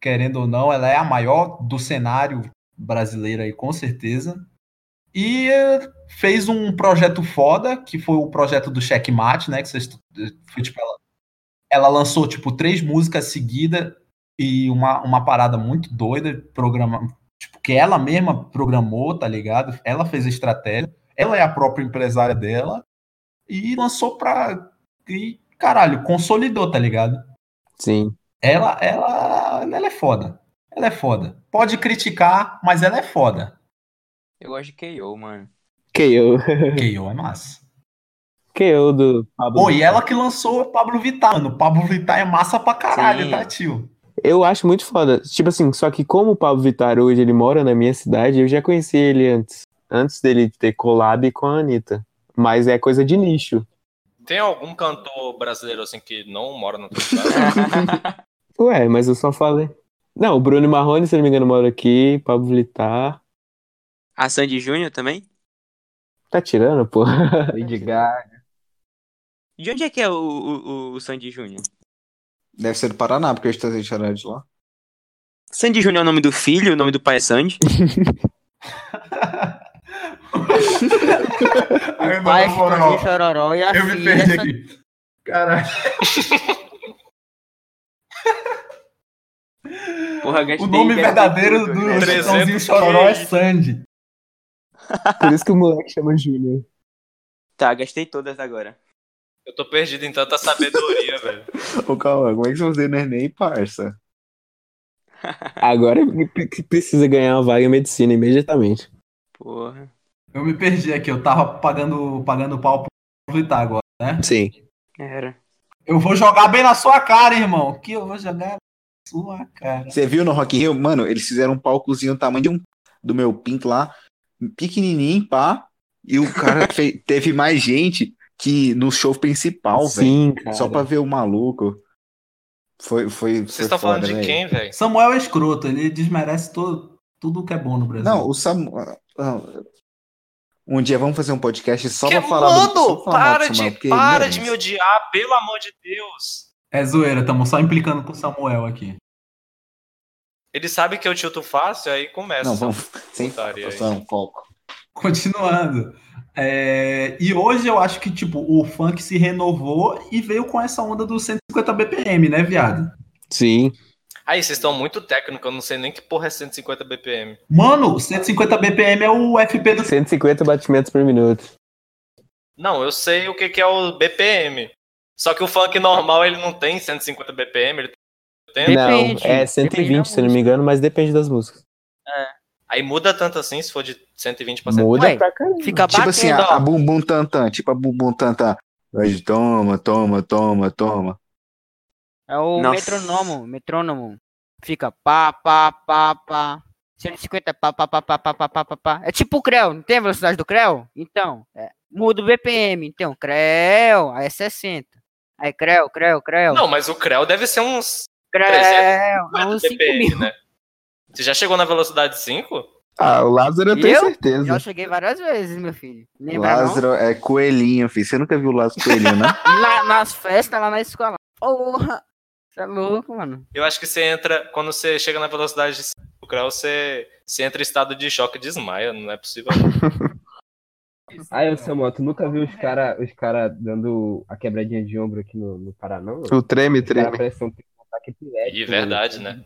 C: Querendo ou não, ela é a maior do cenário brasileiro aí, com certeza. E eh, fez um projeto foda, que foi o projeto do Checkmate, né? Que vocês, foi, tipo, ela, ela lançou, tipo, três músicas seguidas e uma, uma parada muito doida, programa, tipo, que ela mesma programou, tá ligado? Ela fez a estratégia ela é a própria empresária dela e lançou pra. E, caralho, consolidou, tá ligado?
H: Sim.
C: Ela, ela, ela é foda. Ela é foda. Pode criticar, mas ela é
I: *laughs*
C: foda.
E: Eu gosto de KO, mano.
H: *laughs* KO.
C: K.O. é massa.
H: KO do Pablo.
C: Pô, e ela que lançou o Pablo Vittar, mano. O Pablo Vittar é massa pra caralho,
E: Sim.
C: tá, tio?
H: Eu acho muito foda. Tipo assim, só que como o Pablo Vittar hoje ele mora na minha cidade, eu já conheci ele antes. Antes dele ter collab com a Anitta. Mas é coisa de nicho.
D: Tem algum cantor brasileiro assim que não mora na tua *laughs* cidade?
H: Ué, mas eu só falei. Não, o Bruno Marrone, se não me engano, mora aqui. Pablo Vittar.
E: A Sandy Júnior também?
H: Tá tirando, pô. *laughs*
G: Lady Gaga.
E: De onde é que é o, o, o Sandy Júnior?
F: Deve ser do Paraná, porque eles estão deixando de lá.
E: Sandy Júnior é o nome do filho, o nome do pai
C: *laughs*
E: é Sandy?
I: Aí, na
B: Pai,
I: moral,
B: Chitãozinho, Chororó e assim, né?" a
I: eu me
B: filha
I: perdi
B: Sandy
I: aqui. Caralho,
E: Porra,
C: O nome verdadeiro do
E: né?
C: Chitãozinho Chororó é
D: 300
C: Sandy.
H: Por isso que o moleque chama Júnior.
E: Tá, gastei todas agora.
D: Eu tô perdido em tanta sabedoria, velho.
F: Ô, Cauã, como é que você fazendo Enem, parça?
H: Agora que- que precisa ganhar uma vaga em medicina imediatamente.
E: Porra.
C: Eu me perdi aqui, eu tava pagando, pagando pau pro Pablo Vittar agora. né?
H: Sim.
E: Era.
C: Eu vou jogar bem na sua cara, irmão. Que eu vou jogar na sua cara.
F: Você viu no Rock in Rio? Mano, eles fizeram um palcozinho do tamanho de um do
H: *laughs*
F: meu pinto lá, pequenininho, pá. E o cara fe- teve mais gente que no show principal, velho.
H: Sim, cara.
F: Só pra ver o maluco. Foi, foi,
D: Vocês
F: foi
D: estão
F: foda, né,
D: falando de
F: velho.
D: quem, velho?
C: Samuel é escroto, ele desmerece todo, tudo que é bom no Brasil.
F: Não, o Samuel. Um dia vamos fazer um podcast só
D: Que
F: pra falar do-
D: mano,
F: só pra falar mal do
D: para de,
F: Samuel, porque ele
D: para
F: merece.
D: de me odiar, pelo amor de Deus.
C: É zoeira, estamos só implicando com o Samuel aqui. *laughs*
D: Ele sabe que eu tilto fácil, aí começa.
F: Não, vamos. *laughs* Sem
D: Putaria aí.
F: São foco.
C: Continuando. É, E hoje eu acho que, tipo, o funk se renovou e veio com essa onda dos 150 BPM, né, viado?
H: Sim.
D: Aí, vocês estão muito técnico, eu não sei nem que porra é 150 BPM.
C: Mano, 150 BPM é o FP do
H: 150 batimentos por minuto.
D: Não, eu sei o que, que é o BPM. Só que o funk normal, ele não tem 150 BPM, ele tem 80.
B: Depende,
H: não, é
B: depende da
H: 120, se eu não me engano, mas depende das músicas.
D: Aí muda tanto assim, se for de 120 pra 120.
H: Muda
B: Ué,
H: pra caramba.
B: Fica
F: Tipo assim,
B: batendo,
F: a, a
B: ó.
F: bumbum tantã, tipo a bumbum tantã. Mas Toma, toma, toma, toma.
B: É o
E: Nossa.
B: metronomo, metrônomo. Fica pá, pá, pá, pá. 150 pá, pá, pá, pá, pá, pá, pá, pá, pá. É tipo o Creu, não tem a velocidade do Creu? Então, é, muda o BPM. Então, Creu, aí é 60. Aí Creu, Creu, Creu,
D: Não, mas o Creu deve ser uns
B: Creu, é
D: 50
B: uns 5 mil.
D: BPM, né? Você já chegou na velocidade 5?
H: Ah, o Lázaro eu
B: E
H: tenho
B: eu?
H: certeza.
B: Eu cheguei várias vezes, meu filho. Lembra
F: Lázaro é coelhinho, filho. Você nunca viu o Lázaro coelhinho, né?
B: não? Lá nas festas, lá na escola. Porra, você é louco, mano.
D: Eu acho que você entra, quando você chega na velocidade de 5 graus, você, você entra em estado de choque e desmaia, não é possível.
G: Ah, eu, Samuel, tu nunca viu os caras os cara dando a quebradinha de ombro aqui no, no Paraná? não?
H: O treme,
G: Os cara
H: treme.
G: parecem um ataque epilético,
D: E verdade, né?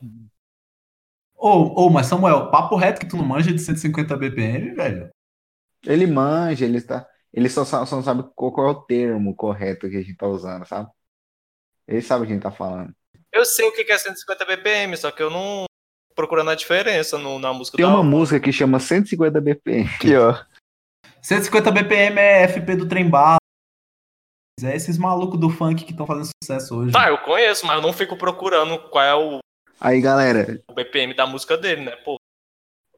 C: Ô, ô, mas Samuel, papo reto que tu não manja de 150 BPM, velho?
F: *laughs* Ele manja, ele tá. Ele só, sa- só não sabe qual, qual é o termo correto que a gente tá usando, sabe? Ele sabe o que a gente tá falando.
D: Eu sei o que que é 150 BPM, só que eu não procurando a diferença no- na música
F: Tem
D: da
F: uma
D: aula.
F: música que chama 150 BPM.
H: Aqui, ó.
C: 150 BPM é FP do trem bala. É esses malucos do funk que estão fazendo sucesso hoje.
D: Tá, eu conheço, mas eu não fico procurando qual é o
F: Aí, galera,
D: BPM da música dele, né? Pô,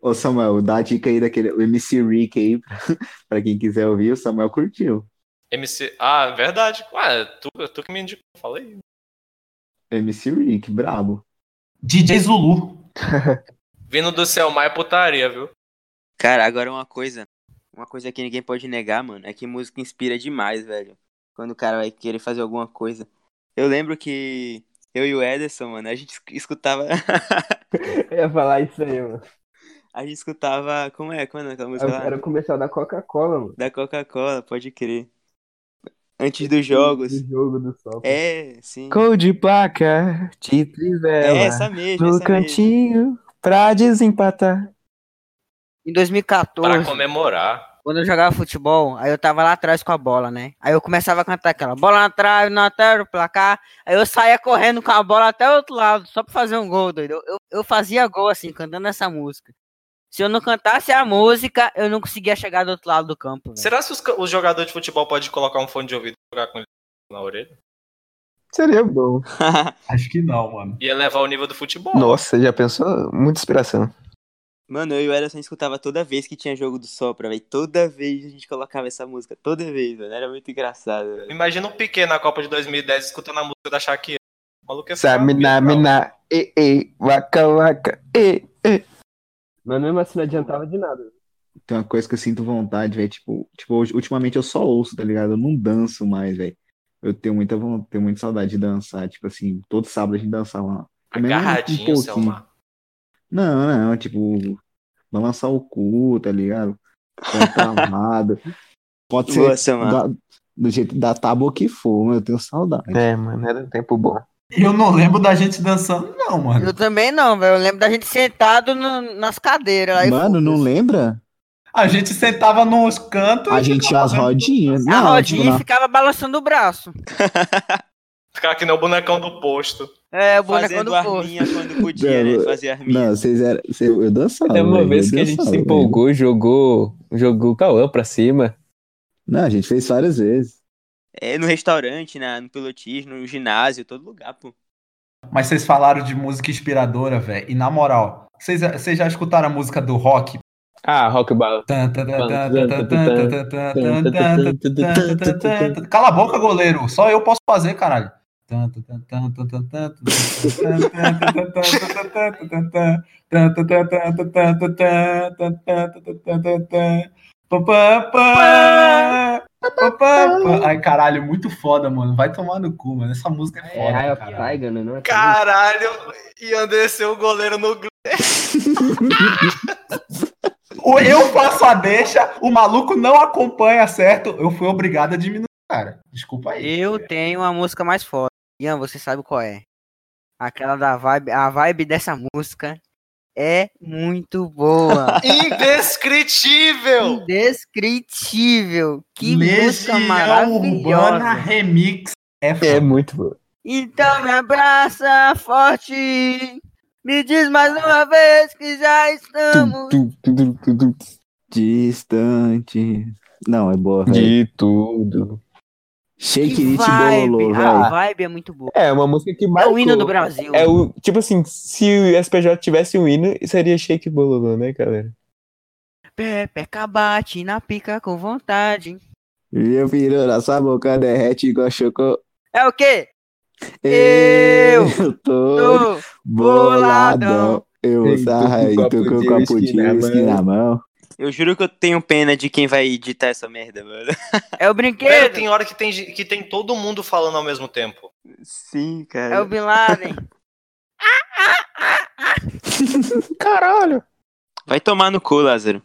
F: ô Samuel, dá a dica aí daquele o MC Rick aí, *laughs* pra quem quiser ouvir, o Samuel curtiu.
D: MC. Ah, verdade. Ué, tu, é tu que me indicou, falei.
F: MC Rick, brabo.
C: DJ Zulu.
D: Vindo do céu, mais putaria, viu?
E: Cara, agora uma coisa. Uma coisa que ninguém pode negar, mano, é que música inspira demais, velho. Quando o cara vai querer fazer alguma coisa. Eu lembro que eu e o Ederson, mano, a gente esc- escutava.
G: *laughs* Eu ia falar isso aí, mano.
E: a gente escutava. Como é? Como é aquela música lá?
G: Era o comercial da Coca-Cola, mano.
E: Da Coca-Cola, pode crer. Antes dos jogos.
G: Do jogo do sol.
E: É, sim.
H: Cor de placa, te trivela.
E: É essa mesmo,
H: no
E: essa mesmo.
H: cantinho, pra desempatar.
B: Em
D: Pra
B: 2014,
D: comemorar.
B: quando eu jogava futebol, aí eu tava lá atrás com a bola, né? Aí eu começava a cantar aquela bola na trave, na trave, no placar. Aí eu saía correndo com a bola até o outro lado, só pra fazer um gol, doido. Eu, eu, eu fazia gol, assim, cantando essa música. Se eu não cantasse a música, eu não conseguia chegar do outro lado do
F: É.
B: campo, velho.
D: Será que os, ca- os jogadores de futebol podem colocar um fone de ouvido e jogar com ele na orelha?
H: Seria bom.
C: Acho que não, mano.
D: Ia levar o nível do futebol.
H: Nossa, já pensou? Muita inspiração.
E: *laughs* Mano, eu e o Ederson escutava toda vez que tinha jogo do Sopra, velho. Toda vez a gente colocava essa música. Toda vez, mano. Era muito engraçado, velho.
D: Imagina o Piquet na Copa de 2010 escutando a música da Shakira. O maluco é
H: Samina, mina, e, e, vaca, vaca, e.
G: Mas mesmo assim não adiantava de nada.
F: Tem uma coisa que eu sinto vontade, velho. Tipo, tipo, hoje- ultimamente eu só ouço, tá ligado? Eu não danço mais, velho. Eu tenho muita vontade, tenho muita saudade de dançar. Tipo assim, todo sábado a gente dançava lá. Pelo menos um
D: agarradinho,
F: pouquinho.
D: Selma.
F: Não, não, tipo, balançar o cu, tá ligado? Cantar
H: *laughs*
F: amado. Pode ser
E: Nossa, mano.
F: da- do jeito da tábua que for, mas eu tenho saudade.
H: É, mano, era um tempo bom.
C: Eu não lembro da gente dançando, não, mano.
B: Eu também não, velho. Eu lembro da gente sentado no- nas cadeiras lá. e
F: Mano, não
B: foda-se. lembra?
F: lembra?
C: A gente sentava nos cantos.
F: A
C: e
F: gente tinha
C: ficava
F: as
C: vendo-
F: rodinhas.
B: A
F: Não, tipo,
B: rodinha
F: na-
B: ficava balançando o braço.
D: Ficar aqui no bonecão do posto.
B: É, o bonecão
E: Fazendo
B: do povo.
E: arminha quando podia, né? Fazia arminha.
F: Não, vocês eram. cê- Eu dançava.
H: Teve uma
F: velho,
H: vez
F: eu
H: que a gente
F: dançava,
H: se
F: velho.
H: empolgou, jogou, jogou o Cauã pra cima.
F: Não, a gente fez várias vezes.
E: É, no restaurante, na, no pilotismo, no ginásio, todo lugar, pô.
C: Mas vocês falaram de música inspiradora, velho. E na moral, vocês, vocês já escutaram a música do rock?
H: Ah, rock bala.
C: Cala a boca, goleiro. Só eu posso fazer, caralho. Ai, caralho, muito foda, mano. Vai tomar no cu, mano. Essa música é
G: É Eye
C: foda,
G: of
C: cara.
G: Tiger, né? Não é?
D: Caralho, ia descer o goleiro no gl-
C: O- Eu faço a deixa, o maluco não acompanha certo. Eu fui obrigado a diminuir, cara. Desculpa aí.
B: Eu tenho uma música mais foda. Ian, você sabe qual é? Aquela da vibe. A vibe dessa música é muito
D: *laughs*
B: boa. *laughs*
D: Indescritível!
B: Indescritível. Que música
C: Legião é Urbana
B: maravilhosa.
C: Remix. É
H: É
C: foda.
H: muito bom.
B: Então me abraça forte. Me diz mais uma vez que já estamos.
H: Tu, tu, tu, tu, tu, tu.
J: Distante. Não, é boa, velho.
H: De tudo.
J: Shake
B: Que
J: it
B: vibe.
J: bololo,
B: a
F: ah.
J: velho.
B: vibe é muito boa.
H: É uma música que
B: É
H: marcou.
B: o hino do Brasil.
H: É o, tipo assim, se o SPJ tivesse um hino, seria Shake Bololô, né, galera?
B: Pepeca bate na pica com vontade.
J: Minha pirona, sua boca derrete igual chocô.
B: É o quê?
J: *laughs*
B: Eu
J: Eu, tô
B: Tô. boladão.
J: boladão. Eu
H: Ei, tô com
J: sarra e
H: copo
J: tô com
H: de
J: o copo
H: whisky
J: de
H: na
J: whisky
H: mão.
J: na mão.
E: Eu juro que eu tenho pena de quem vai editar essa merda, mano.
B: É o
D: Velho,
B: brinquedo.
D: tem hora que tem, ge- que tem todo mundo falando ao mesmo tempo.
E: Sim, cara.
B: É o Bin Laden.
H: Caralho!
E: Vai tomar no cu, Lázaro.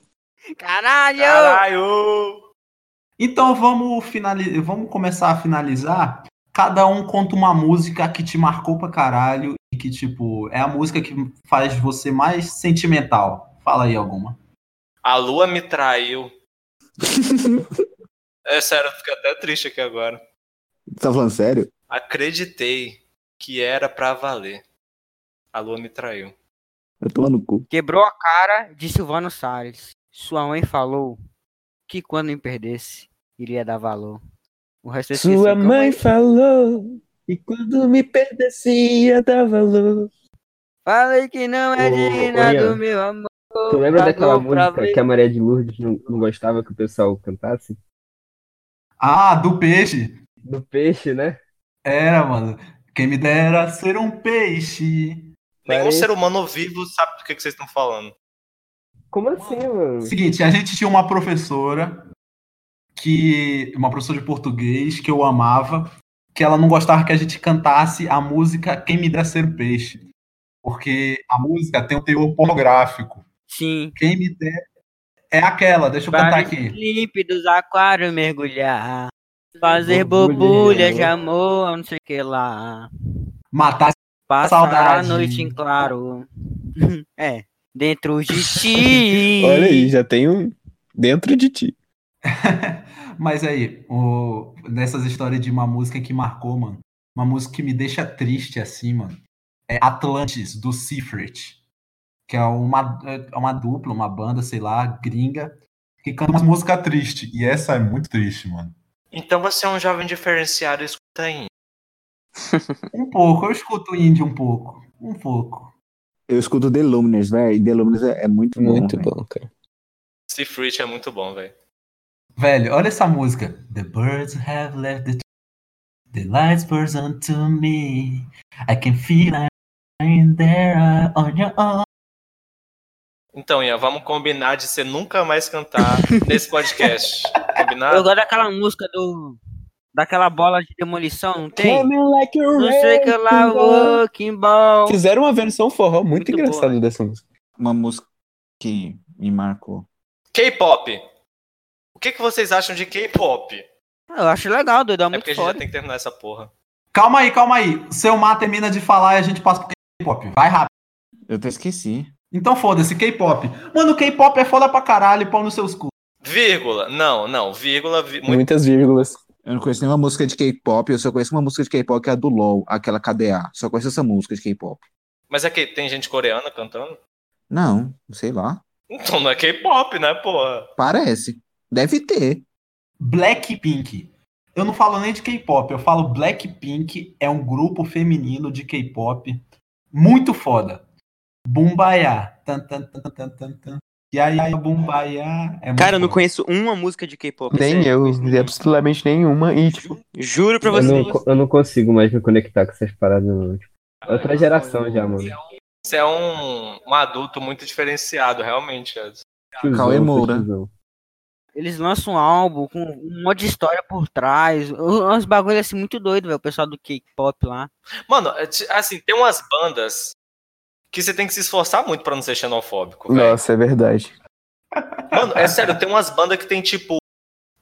B: Caralho!
D: Caralho!
C: Então vamos, finali... vamos começar a finalizar. Cada um conta uma música que te marcou pra caralho e que, tipo, é a música que faz você mais sentimental. Fala aí alguma.
D: A lua me traiu. é sério, eu fico até triste aqui agora.
J: *laughs* Tá falando sério?
D: Acreditei que era pra valer. A lua me traiu.
J: Eu tô no cu.
B: Quebrou a cara de Silvano Salles. Sua mãe falou que quando me perdesse, iria dar valor. O resto eu esqueci,
H: Sua
B: calma
H: mãe
B: aí.
H: falou, e quando me perdesse, ia dar valor.
B: Falei que não é
G: Ô,
B: digna
G: ô, Ian,
B: do meu amor.
G: Tu lembra
B: Tá
G: daquela
B: bom pra
G: música
B: ver.
G: que a Maria de Lourdes não, não gostava que o pessoal cantasse?
C: Ah, do peixe.
G: Do peixe, né?
C: Era, mano. Quem me dera ser um peixe.
D: Nenhum
G: Parece-
D: ser humano vivo sabe do que, que vocês estão falando.
G: Como assim, mano?
C: Seguinte, a gente tinha uma professora que. Uma professora de português que eu amava, que ela não gostava que a gente cantasse a música Quem Me Dera Ser um Peixe. Porque a música tem um teor pornográfico.
B: Sim.
C: Quem me der é aquela, deixa eu cantar
B: Para
C: aqui.
B: límpidos aquários mergulhar. Fazer
G: Borbulha de
B: borbulha de
G: amor.
B: amor, não sei o que lá.
C: Matar.
B: Passar a
C: Saudade.
B: noite em claro. *laughs* é. Dentro
H: *laughs*
B: de ti.
H: Olha aí, já tem um dentro de ti.
C: Mas aí, o... nessas histórias de uma música que marcou, mano. Uma música que me deixa triste, assim, mano. É Atlantis, do Seafret. Que é uma, é uma dupla, uma banda, sei lá, gringa. Que canta umas músicas tristes.
I: E essa é muito triste, mano.
D: Então você é um jovem diferenciado, escuta aí.
C: Um pouco, eu escuto indie um pouco. Um pouco.
J: Eu escuto The Luminers, velho. e The Luminers é, é muito bom.
H: Muito
J: velho.
H: bom, cara.
D: Seafruit é muito bom, velho.
C: Velho, olha essa música. The birds have left the The lights burst onto me. I can feel I'm in there uh, on your own.
D: Então, Ian, vamos combinar de você nunca mais cantar nesse podcast.
B: Eu
D: Combinado?
B: gosto daquela música do. Daquela bola de demolição, não tem?
H: Coming like a
B: Não sei que lá,
H: wrecking ball.
B: Walking Ball.
H: Fizeram uma versão forró muito,
B: Muito boa.
H: engraçada dessa música.
F: Uma música que me marcou.
D: K-pop. O que, que vocês acham de K-pop?
B: Eu acho legal, doido, é
D: É
B: muito
D: porque a gente já
B: foda.
D: tem que terminar essa porra.
C: Calma aí, calma aí. Seu Mar termina de falar e a gente passa pro K-pop. Vai rápido.
F: Eu até esqueci.
C: Então foda-se, K-pop. Mano, K-pop é foda pra caralho, pau nos seus cu.
D: Vírgula. Não, não. Vírgula. vi- muito-
H: Muitas vírgulas.
F: Eu não conheço nenhuma música de K-pop, eu só conheço uma música de K-pop que é a do LOL, aquela KDA. Só conheço essa música de K-pop.
D: Mas é que tem gente coreana cantando?
F: Não, sei lá.
D: Então não é K-pop, né, porra?
F: Parece. Deve ter.
C: Blackpink. Eu não falo nem de K-pop, eu falo Blackpink é um grupo feminino de K-pop muito foda. Bumbaiá. Tan, tan, tan, tan, tan, tan. E aí, aí, Bombaia. É muito
E: Cara, eu não
C: bom.
E: conheço uma música de K-pop.
H: Nem é
E: sério.
H: eu, absolutamente nenhuma. E, tipo,
E: Juro pra
G: Eu
E: você.
G: não, co- eu não consigo mais me conectar com essas paradas, não. Tipo, outra geração já, mano.
D: Você é um, um adulto muito diferenciado, realmente, Edson.
G: Tiozão,
F: Cauê Moura.
G: tiozão.
B: Eles lançam um álbum com um monte de história por trás. um- Uns bagulho assim muito doido, velho. O pessoal do K-pop lá.
D: Mano, é ti- assim, tem umas bandas que você tem que se esforçar muito pra não ser xenofóbico. velho.
H: Nossa, é verdade.
D: Mano, é sério, tem umas bandas que tem tipo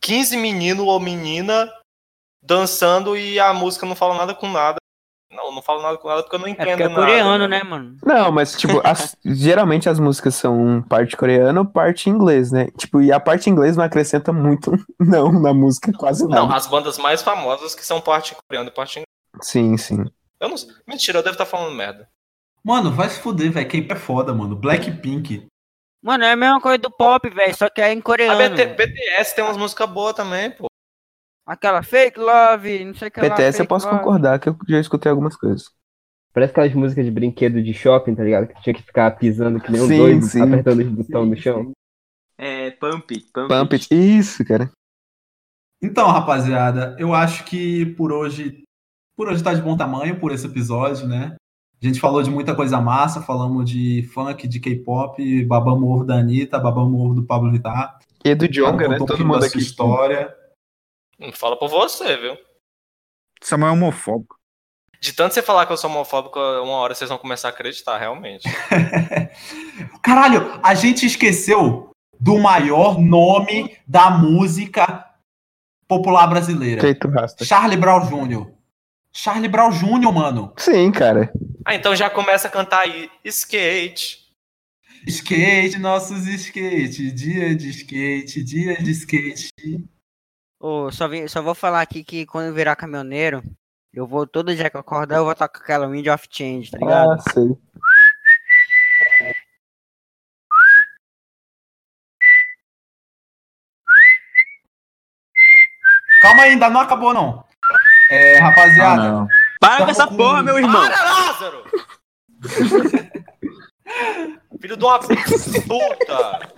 D: 15 menino ou menina dançando e a música não fala nada com nada. Não, não fala nada com nada porque eu não
B: É
D: entendo
B: porque é
D: nada.
B: coreano, né, mano?
H: Não, mas, tipo, as- *laughs* geralmente as músicas são parte coreana ou parte inglês, né? Tipo, e a parte inglês não acrescenta muito, *laughs* não, na música, quase nada.
D: Não, as bandas mais famosas que são parte coreana e parte inglesa.
H: Sim, sim.
D: Eu não sei. Mentira, eu devo estar falando merda.
C: Mano, vai se fuder, velho. K-pop é foda, mano. Blackpink.
B: Mano, é a mesma coisa do pop, velho. Só que é em
D: A
B: coreano.
D: BT
B: velho.
D: BTS tem umas músicas boas também, pô.
B: Aquela fake love, não sei o que lá.
H: BTS eu
B: fake
H: posso
B: love.
H: concordar, que eu já escutei algumas coisas.
G: Parece aquelas músicas de brinquedo de shopping, tá ligado? Que tinha que ficar pisando que nem um
H: Sim,
G: doido,
H: sim.
G: apertando os botões no chão.
E: É, Pump. It, Pump.
H: Pump
E: It.
H: It. Isso, cara.
C: Então, rapaziada, eu acho que por hoje, por hoje tá de bom tamanho por esse episódio, né? A gente falou de muita coisa massa, falamos de funk, de K-pop, babamos o ovo da Anitta, babamos o ovo do Pablo Vittar.
H: E do Jonga,
C: Cada um contou
H: né?
C: um
H: Todo
C: pouquinho
H: mundo
C: da sua
H: aqui.
C: história.
D: Não fala por você, viu?
F: Samuel é homofóbico.
D: De tanto você falar que eu sou homofóbico, uma hora vocês vão começar a acreditar, realmente.
C: Caralho, a gente esqueceu do maior nome da música popular brasileira.
H: Feito rasta.
C: Charlie Brown Jr. Charlie Brown Jr., mano.
H: Sim, cara.
D: Ah, então já começa a cantar aí. Skate.
C: Skate, nossos skate, dia de skate, dia de skate.
B: Ô, só, vim- só vou falar aqui que quando eu virar caminhoneiro, eu vou todo dia que eu acordar, eu vou estar com aquela wind of change, tá ligado?
H: Ah, sei.
C: Calma aí, ainda não acabou, não. É, rapaziada,
F: não.
E: Para com essa
C: Tá
E: porra,
C: com-
E: meu irmão.
D: Para,
C: *laughs*
D: Lázaro! Filho de uma puta!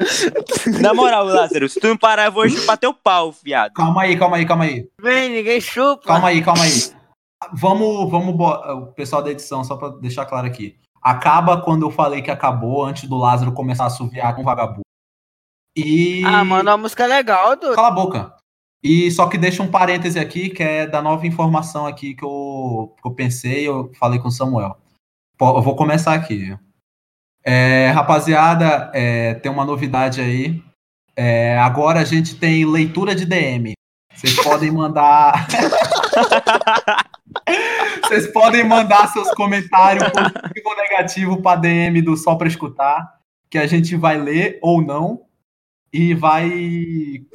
E: Na moral, Lázaro, se tu não parar, eu vou chupar teu pau, viado.
C: calma aí, calma aí, calma aí.
B: Vem, ninguém chupa.
C: Calma aí, calma aí. Vamos, vamos, bo- o pessoal da edição, só pra deixar claro aqui. Acaba quando eu falei que acabou, antes do Lázaro começar a suviar com vagabundo. E.
B: Ah, mano, a música é legal, do
C: Cala a boca. E só que deixa um parêntese aqui, que é da nova informação aqui que eu, que eu pensei, eu falei com o Samuel. Po- Eu vou começar aqui. É, rapaziada, é, tem uma novidade aí. É, agora a gente tem leitura de DM. Vocês podem mandar. *laughs* Vocês podem mandar seus comentários positivo ou negativo para DM do Só para Escutar, que a gente vai ler ou não e vai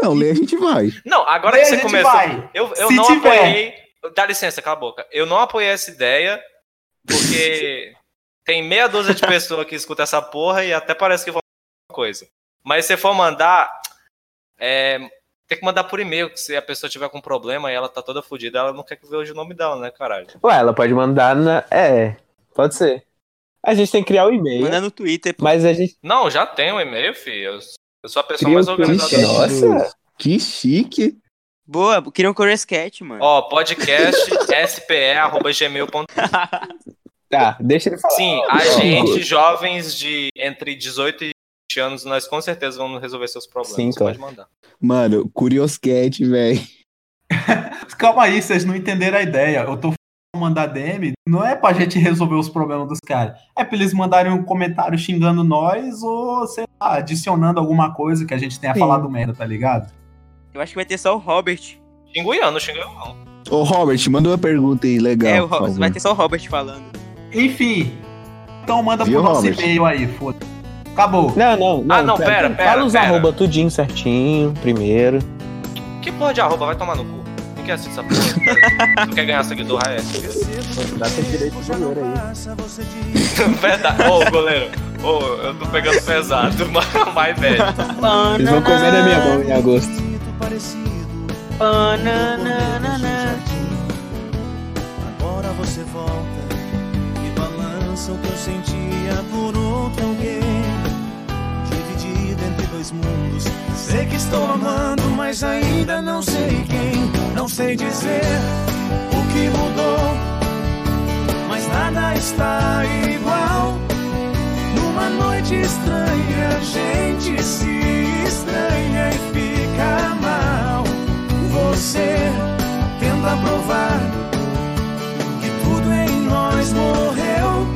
J: Não, lê a gente vai.
D: Não, agora
C: Lê,
D: que
C: a
D: você
C: gente
D: começou.
C: vai.
D: Eu, eu
C: Se
D: não
C: tiver.
D: apoiei. Dá licença, cala a boca. Eu não apoiei essa ideia,
C: *laughs*
D: porque tem meia dúzia de pessoas que escuta essa porra e até parece que vão falar alguma coisa. Mas se for mandar, é, tem que mandar por e-mail, que se a pessoa tiver com problema e ela tá toda fodida, ela não quer que veja o nome dela, né, caralho?
H: Ué, ela pode mandar na. É, pode ser. A gente tem que criar o e-mail.
E: Manda no Twitter.
H: Mas a gente.
D: Não, já tem um e-mail, filho. Eu, eu sou a pessoa
G: Cria
D: mais
G: o
D: organizada
G: Twitter.
D: do mundo.
H: Nossa!
J: Que chique.
E: Boa, queria um Korea Sketch, mano.
D: Ó, podcast *laughs* spe.gmail.com.
H: *laughs* Tá, deixa ele falar.
D: Sim, a
H: Ó,
D: gente, jovens de entre 18 e 20 anos, nós com certeza vamos resolver seus problemas.
H: Sim,
D: Você
H: claro.
D: pode mandar.
J: Mano, Curioscat, velho.
C: Calma aí, vocês não entenderam a ideia. Eu tô falando mandar DM, não é pra gente resolver os problemas dos caras. É pra eles mandarem um comentário xingando nós ou, sei lá, adicionando alguma coisa que a gente tenha
H: Sim.
C: falado merda, tá ligado?
E: Eu acho que vai ter só o Robert.
D: Xinga o Ian, não xinga eu não.
J: Ô, Robert, manda uma pergunta aí, legal.
E: é, o
J: por
E: Robert.
J: favor.
E: Vai ter só o Robert falando.
C: Enfim, então manda
J: Viu,
C: pro nosso
J: Robert?
C: e-mail aí, foda Acabou.
H: Não, não, não.
D: Ah, não, pera, pera,
H: Fala os
D: pera.
H: arroba tudinho certinho, primeiro.
D: Que porra de arroba vai tomar no cu? Não quer assistir essa
H: *laughs*
D: porra. tu quer ganhar seguidor, é.
H: Dá seu direito primeiro aí.
D: *laughs* Verdade. Ô, goleiro. Ô, eu tô pegando pesado, *laughs* mas é. my bad.
H: Eles vão comer na minha mão em agosto.
K: Agora você volta e balança o que eu sentia por outro alguém. Dividido entre
H: dois mundos. Sei que estou amando, mas ainda não sei quem. Não sei dizer o que mudou, mas nada está igual. Numa noite estranha, a gente se estranha e fica mal. Você tenta provar que tudo em nós morreu.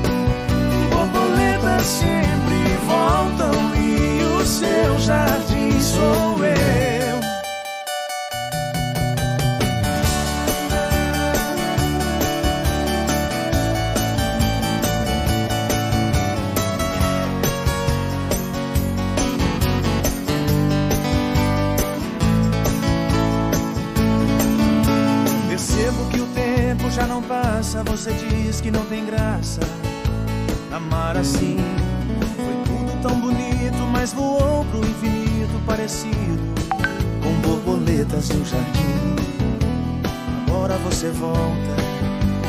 H: Borboletas sempre voltam e o seu jardim sou eu. Percebo que o tempo já não passa. Você diz que não tem graça amar assim. Foi tudo tão bonito, mas voou pro infinito parecido com borboletas no jardim. Agora você volta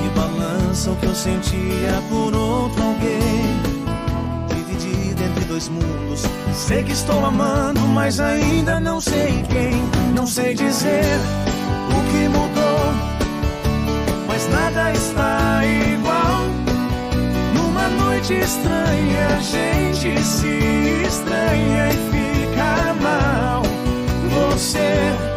H: e balança o que eu sentia por outro alguém. Dividido entre dois mundos, sei que estou amando, mas ainda não sei quem. Não sei dizer o que mudou, mas nada está igual. Numa noite estranha, a gente se estranha e fica mal. Você